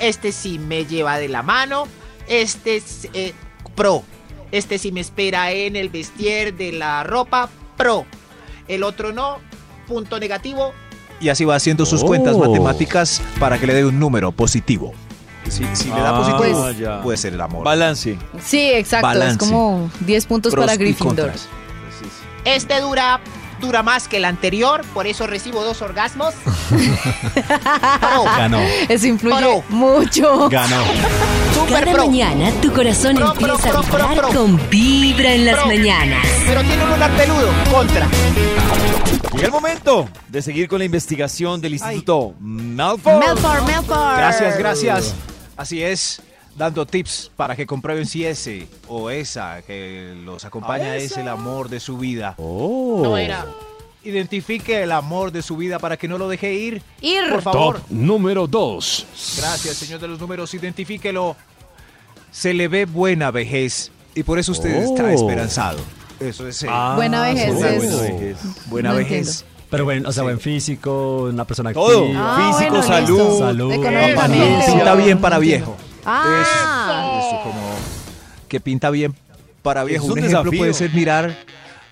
Speaker 9: Este sí me lleva de la mano. Este es eh, pro. Este sí me espera en el vestir de la ropa pro. El otro no. Punto negativo.
Speaker 3: y así va haciendo sus
Speaker 8: Oh.
Speaker 3: cuentas matemáticas para que le dé un número positivo. Si, si le da
Speaker 2: Ah,
Speaker 3: positivo,
Speaker 2: pues, ya.
Speaker 3: puede ser el amor.
Speaker 2: Balance.
Speaker 5: Sí, exacto.
Speaker 3: Balance.
Speaker 5: Es como 10 puntos
Speaker 3: Pros
Speaker 5: para
Speaker 3: y
Speaker 5: Gryffindor.
Speaker 3: contras.
Speaker 9: Este dura, dura más que el anterior, por eso recibo dos
Speaker 2: *laughs*
Speaker 9: orgasmos. Pro.
Speaker 8: Ganó.
Speaker 5: Eso influye
Speaker 9: Oro.
Speaker 5: mucho.
Speaker 8: Ganó.
Speaker 9: Super
Speaker 1: Cada
Speaker 9: pro.
Speaker 1: mañana tu corazón
Speaker 9: Pro, pro,
Speaker 1: empieza
Speaker 9: pro,
Speaker 1: a
Speaker 9: pro,
Speaker 1: vibrar
Speaker 9: pro.
Speaker 1: con vibra en las
Speaker 9: Pro.
Speaker 1: mañanas.
Speaker 9: Pero tiene un lunar peludo. Contra.
Speaker 2: Llega el momento de seguir con la investigación del Instituto Malfoy.
Speaker 5: Melfar, Melfar.
Speaker 3: Gracias, gracias. Así es, dando tips para que comprueben si ese o esa que los acompaña es el amor de su vida.
Speaker 2: Oh.
Speaker 9: No era.
Speaker 3: Identifique el amor de su vida para que no lo deje ir.
Speaker 5: Ir.
Speaker 3: Por favor.
Speaker 6: Top número 2.
Speaker 3: Gracias, señor de los números. Identifíquelo. Se le ve buena vejez y por eso usted está esperanzado. Eso Oh. es. eh,
Speaker 5: Buena vejez
Speaker 3: buena,
Speaker 5: es-
Speaker 3: buena vejez. Buena
Speaker 5: No
Speaker 3: vejez.
Speaker 8: Pero bueno, o sea, buen físico, una persona
Speaker 2: Todo.
Speaker 8: activa.
Speaker 5: Ah,
Speaker 2: Físico,
Speaker 5: bueno,
Speaker 2: salud,
Speaker 5: listo.
Speaker 8: salud,
Speaker 5: Económicamente,
Speaker 2: Sí,
Speaker 3: Pinta
Speaker 5: o-
Speaker 3: bien para
Speaker 5: no
Speaker 3: viejo.
Speaker 5: Ah.
Speaker 3: Eso, eso, como que pinta bien para viejo.
Speaker 2: Es un
Speaker 3: un ejemplo
Speaker 2: desafío.
Speaker 3: puede ser mirar,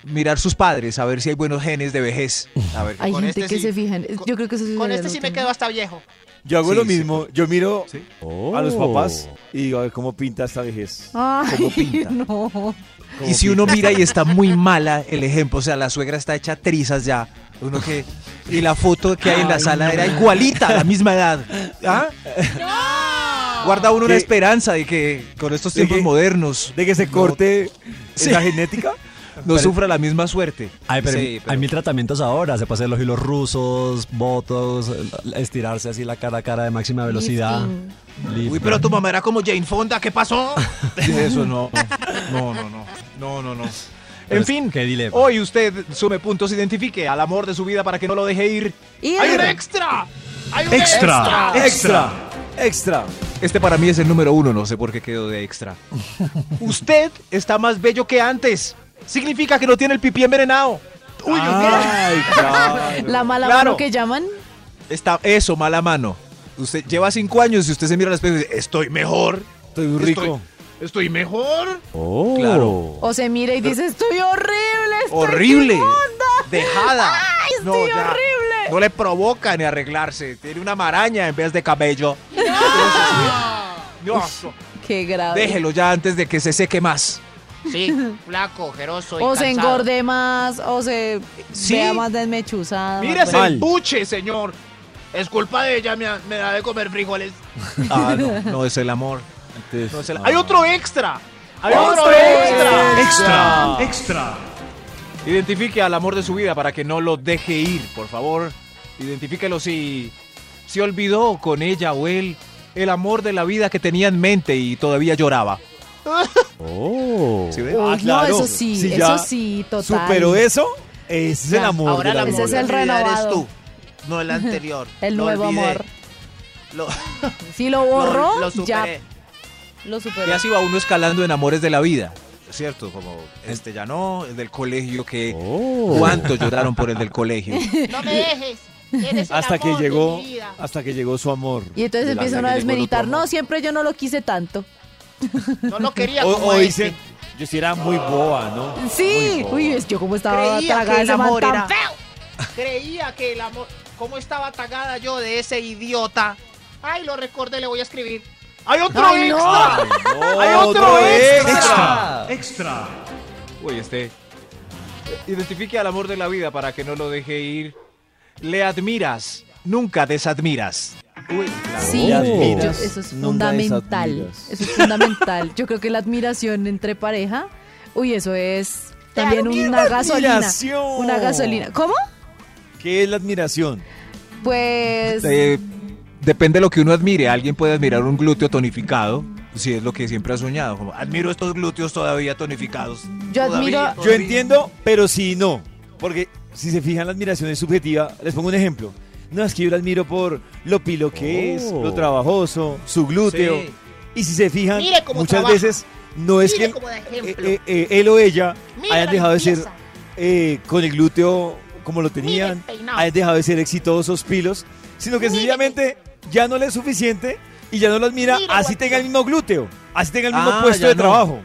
Speaker 3: mirar sus padres, a ver si hay buenos genes
Speaker 2: *laughs*
Speaker 3: de vejez. A ver.
Speaker 5: Hay
Speaker 9: Con
Speaker 5: gente
Speaker 9: este
Speaker 5: que
Speaker 9: sí.
Speaker 5: se fijan. Es- Yo creo que eso sí
Speaker 9: Con
Speaker 5: sería
Speaker 9: este
Speaker 5: lo
Speaker 9: sí me
Speaker 5: último.
Speaker 9: quedo hasta viejo.
Speaker 2: Yo hago
Speaker 3: Sí,
Speaker 2: lo
Speaker 3: sí,
Speaker 2: mismo. Yo miro
Speaker 3: Sí. Oh.
Speaker 2: a los papás y digo, a ver cómo pinta esta vejez.
Speaker 5: Ay,
Speaker 3: Como pinta.
Speaker 5: *laughs* no.
Speaker 3: Y si uno mira y está muy mala el ejemplo, o sea, la suegra está hecha trizas ya. Uno que y la foto que hay en la sala era igualita, a la misma edad. ¿Ah? Guarda uno una
Speaker 2: ¿Qué?
Speaker 3: esperanza de que con estos
Speaker 2: ¿De
Speaker 3: tiempos
Speaker 2: qué?
Speaker 3: modernos
Speaker 2: De que se corte
Speaker 3: Sí.
Speaker 2: la genética.
Speaker 3: no sufra la misma suerte.
Speaker 8: Ay, pero
Speaker 3: Sí, pero-
Speaker 8: hay mil tratamientos ahora. Se puede hacer los hilos rusos, botos, estirarse así la cara a cara de máxima velocidad.
Speaker 3: Uy, pero tu mamá era como Jane Fonda, ¿qué pasó? Eso no. No, no, no. No, no, no.
Speaker 8: Pero
Speaker 3: En
Speaker 8: es-
Speaker 3: fin,
Speaker 8: qué dilema.
Speaker 3: hoy usted sume puntos, identifique al amor de su vida para que no lo deje ir.
Speaker 5: Ir.
Speaker 3: ¡Hay un extra! ¡Hay un
Speaker 8: Extra.
Speaker 2: Extra, extra.
Speaker 3: Este para mí es el número uno, no sé por qué quedó de extra. Usted está más bello que antes. Significa que no tiene el pipí envenenado. Uy, Dios mío.
Speaker 2: Ay, claro.
Speaker 5: La mala
Speaker 3: Claro.
Speaker 5: mano que llaman.
Speaker 3: *laughs* Está eso, mala mano. Usted lleva cinco años y usted se mira al espejo y dice, estoy mejor.
Speaker 2: Estoy muy rico.
Speaker 3: Estoy, estoy mejor.
Speaker 6: Oh.
Speaker 3: Claro.
Speaker 5: O se mira y dice, estoy horrible. Estoy
Speaker 3: Horrible.
Speaker 5: inmunda".
Speaker 3: Dejada.
Speaker 5: Ay, estoy horrible.
Speaker 3: No le provoca ni arreglarse. Tiene una maraña en vez de cabello. No.
Speaker 5: Qué grave.
Speaker 3: Déjelo ya antes de que se seque más.
Speaker 9: Sí, flaco, ojeroso y
Speaker 5: O Oh, se
Speaker 9: cansado.
Speaker 5: engorde más, o se
Speaker 3: Sí.
Speaker 5: vea más desmechuzada.
Speaker 3: Mírese
Speaker 5: Bueno,
Speaker 3: el
Speaker 9: Puche, señor. Es culpa de ella, me, me da de comer frijoles.
Speaker 3: Ah, no, no es el amor.
Speaker 2: Entonces,
Speaker 3: No es el-
Speaker 2: ah.
Speaker 3: Hay otro extra. Hay
Speaker 5: ¡Otro
Speaker 3: otro,
Speaker 5: extra!
Speaker 3: extra.
Speaker 2: Extra,
Speaker 3: Identifique al amor de su vida para que no lo deje ir, por favor. Identifíquelo si se olvidó con ella o él el amor de la vida que tenía en mente y todavía lloraba. ¿Sí ve?
Speaker 5: uy,
Speaker 2: Ah, claro.
Speaker 5: No, eso sí,
Speaker 2: Si ya
Speaker 5: eso sí, total.
Speaker 2: Superó eso. Ese es el
Speaker 5: Ya,
Speaker 2: amor.
Speaker 9: Ahora
Speaker 2: del
Speaker 9: la
Speaker 2: amor.
Speaker 5: Ese es el
Speaker 9: de tu vida eres
Speaker 5: renovado.
Speaker 9: tú, no el anterior.
Speaker 5: *laughs* El
Speaker 9: Lo
Speaker 5: nuevo
Speaker 9: olvidé,
Speaker 5: amor.
Speaker 9: Lo,
Speaker 5: Si lo
Speaker 9: lo-
Speaker 5: borró,
Speaker 9: lo
Speaker 5: ya
Speaker 9: superé.
Speaker 5: lo
Speaker 3: Y
Speaker 5: superó.
Speaker 3: así va uno escalando en amores de la vida. Cierto, como este ya no, el del colegio que...
Speaker 5: Oh.
Speaker 3: ¿Cuánto lloraron por el del colegio?
Speaker 5: *laughs*
Speaker 9: No me dejes. Eres el
Speaker 2: Hasta que
Speaker 9: amor de
Speaker 2: llegó,
Speaker 9: mi vida.
Speaker 2: hasta que llegó su amor.
Speaker 5: Y entonces
Speaker 2: De la-
Speaker 5: empieza uno a
Speaker 2: que llegó el otro
Speaker 5: desmeritar.
Speaker 2: amor.
Speaker 5: No, siempre yo no lo quise tanto.
Speaker 9: No lo quería
Speaker 2: O,
Speaker 9: como
Speaker 2: o
Speaker 9: este.
Speaker 2: dice, Yo sí era muy boba, ¿no?
Speaker 5: Sí,
Speaker 2: Muy boba. *laughs*
Speaker 5: uy, es- yo como estaba
Speaker 9: Creía
Speaker 5: tragada
Speaker 9: que el
Speaker 5: ese man
Speaker 9: amor
Speaker 5: tan
Speaker 9: era
Speaker 5: feo.
Speaker 9: feo. Creía que el amor. ¿Cómo estaba tagada yo de ese idiota? Ay, lo recordé, le voy a escribir. ¡Hay otro
Speaker 4: Ay, no.
Speaker 9: extra!
Speaker 2: No,
Speaker 9: ¡Hay otro, extra!
Speaker 3: Uy, este. Identifique al amor de la vida para que no lo deje ir. Le admiras, nunca desadmiras. Uy, la-
Speaker 5: Sí,
Speaker 2: Las
Speaker 5: yo-
Speaker 2: miras,
Speaker 5: eso es
Speaker 2: nunca
Speaker 5: fundamental.
Speaker 2: desadmiras.
Speaker 5: Eso es fundamental. Yo creo que la admiración entre pareja, uy, eso es
Speaker 9: Te
Speaker 5: también
Speaker 9: admiro,
Speaker 5: una gasolina.
Speaker 2: admiración.
Speaker 5: Una gasolina. ¿Cómo?
Speaker 2: ¿Qué es la admiración?
Speaker 5: Pues
Speaker 3: Eh, depende de lo que uno admire. Alguien puede admirar un glúteo tonificado, si es lo que siempre ha soñado. Como, admiro estos glúteos todavía tonificados.
Speaker 5: yo admiro.
Speaker 9: todavía-
Speaker 2: Yo entiendo, pero sí y no. Porque si se fijan, la admiración es subjetiva. Les pongo un ejemplo. No, es que yo la admiro por lo pilo que es, lo trabajoso, su glúteo.
Speaker 3: Oh. Sí.
Speaker 2: Y si se fijan,
Speaker 9: Mire cómo
Speaker 2: muchas
Speaker 9: trabaja.
Speaker 2: veces no es
Speaker 9: Mire
Speaker 2: que
Speaker 9: como de ejemplo.
Speaker 2: eh, eh, eh, él o ella
Speaker 9: Mire
Speaker 2: hayan
Speaker 9: la
Speaker 2: dejado de ser
Speaker 9: limpieza.
Speaker 2: eh, con el glúteo como lo tenían,
Speaker 9: Mire el peinado.
Speaker 2: hayan dejado de ser exitosos pilos, sino que
Speaker 9: Mire.
Speaker 2: sencillamente ya no le es suficiente y ya no lo admira,
Speaker 9: Mire,
Speaker 2: así
Speaker 9: guapo.
Speaker 2: tenga el mismo glúteo, así tenga el mismo
Speaker 3: Ah,
Speaker 2: puesto
Speaker 3: ya
Speaker 2: de
Speaker 3: no.
Speaker 2: trabajo.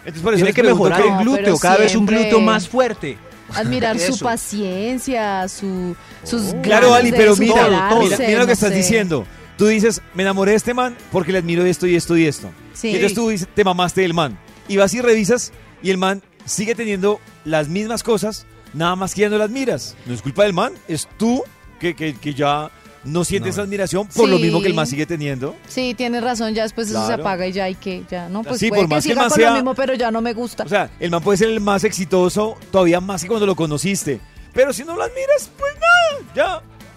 Speaker 2: Entonces, por eso
Speaker 3: Tiene
Speaker 2: les
Speaker 3: que
Speaker 2: pregunto
Speaker 3: mejorar
Speaker 2: qué-
Speaker 3: el
Speaker 5: No,
Speaker 3: glúteo,
Speaker 5: pero
Speaker 3: cada vez un
Speaker 5: siempre-
Speaker 3: glúteo más fuerte.
Speaker 5: Admirar su
Speaker 3: Eso.
Speaker 5: paciencia, su, sus
Speaker 2: Oh. Claro,
Speaker 5: ganas
Speaker 2: Ali,
Speaker 5: de
Speaker 2: pero mira,
Speaker 5: superarse,
Speaker 2: mira, mira lo
Speaker 5: no
Speaker 2: que estás
Speaker 5: sé.
Speaker 2: diciendo. Tú dices, me enamoré de este man porque le admiro esto y esto y esto.
Speaker 5: Sí.
Speaker 2: Y entonces tú dices, te mamaste del man. Y vas y revisas y el man sigue teniendo las mismas cosas, nada más que ya no las miras. No es culpa del man, es tú que, que- que ya no sientes esa admiración por lo
Speaker 5: Sí.
Speaker 2: mismo que el man sigue teniendo.
Speaker 5: Sí, tienes razón, ya después eso se
Speaker 2: Claro.
Speaker 5: apaga y ya hay que, ya, no, pues
Speaker 2: Sí,
Speaker 5: puede
Speaker 2: por
Speaker 5: que
Speaker 2: más que el
Speaker 5: siga
Speaker 2: man
Speaker 5: con
Speaker 2: sea-
Speaker 5: lo mismo, pero ya no me gusta.
Speaker 2: O sea, el man puede ser el más exitoso, todavía más que cuando lo conociste. Pero si no las miras, pues nada,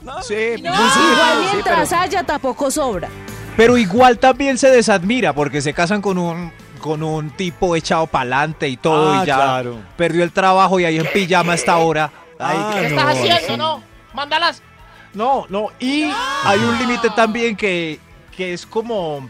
Speaker 2: ya, nada.
Speaker 3: Sí,
Speaker 5: Sí, igual mientras haya tampoco sobra.
Speaker 3: Pero igual también se desadmira porque se casan con un con un tipo echado pa'lante y todo
Speaker 2: Ah,
Speaker 3: y ya
Speaker 2: claro.
Speaker 3: perdió el trabajo y ahí en pijama hasta ahora. Ay,
Speaker 2: Ah,
Speaker 9: ¿Qué
Speaker 2: no,
Speaker 9: estás haciendo?
Speaker 2: sí.
Speaker 9: No, mándalas.
Speaker 3: No, no, y hay un límite también que, que es como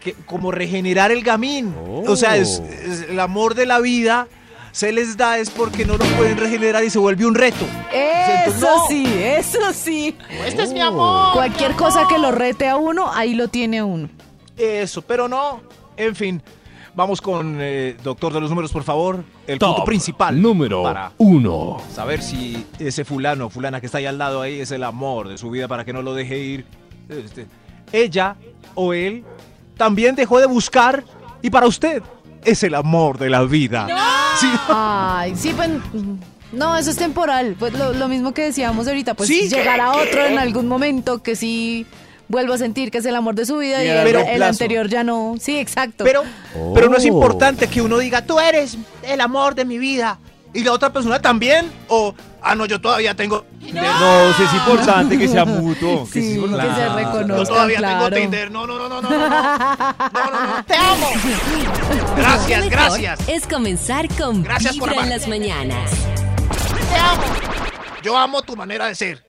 Speaker 3: que, como regenerar el gamín. O sea,
Speaker 2: Oh.
Speaker 3: es, es el amor de la vida se les da es porque no lo pueden regenerar y se vuelve un reto.
Speaker 5: Eso
Speaker 3: no.
Speaker 5: sí, eso sí.
Speaker 9: Este
Speaker 2: Oh.
Speaker 9: es mi amor.
Speaker 5: Cualquier cosa que lo rete a uno, ahí lo tiene uno.
Speaker 3: Eso, pero no. En fin, vamos con eh, doctor de los números, por favor. El punto
Speaker 11: Top
Speaker 3: principal.
Speaker 11: Número
Speaker 3: para
Speaker 11: 1.
Speaker 3: saber si ese fulano o fulana que está ahí al lado ahí es el amor de su vida para que no lo deje ir. Este, ella o él también dejó de buscar y para usted es el amor de la vida. Sí.
Speaker 5: Ay, sí, pues. No, eso es temporal. Pues lo, lo mismo que decíamos ahorita, pues
Speaker 3: Sí,
Speaker 5: llegará otro en algún momento que sí vuelva a sentir que es el amor de su vida y,
Speaker 2: Y a
Speaker 5: el,
Speaker 2: largo
Speaker 5: el
Speaker 2: plazo.
Speaker 5: anterior ya no. Sí, exacto.
Speaker 3: Pero, pero
Speaker 2: Oh.
Speaker 3: no es importante que uno diga, tú eres el amor de mi vida. Y la otra persona también. O, ah, no, yo todavía tengo...
Speaker 2: No, sí es importante que sea mutuo. que
Speaker 5: sí, que se
Speaker 2: importante.
Speaker 5: reconozca.
Speaker 3: Yo todavía
Speaker 5: claro.
Speaker 3: tengo Tinder. No, no, no, no, no,
Speaker 5: *laughs*
Speaker 3: no, no. No, no, no.
Speaker 9: Te amo.
Speaker 1: Lo
Speaker 9: Gracias,
Speaker 1: mejor
Speaker 9: gracias.
Speaker 1: Es comenzar con
Speaker 9: Gracias por
Speaker 1: Vibra en
Speaker 9: amar.
Speaker 1: las mañanas.
Speaker 9: Te amo. Yo amo tu manera de ser.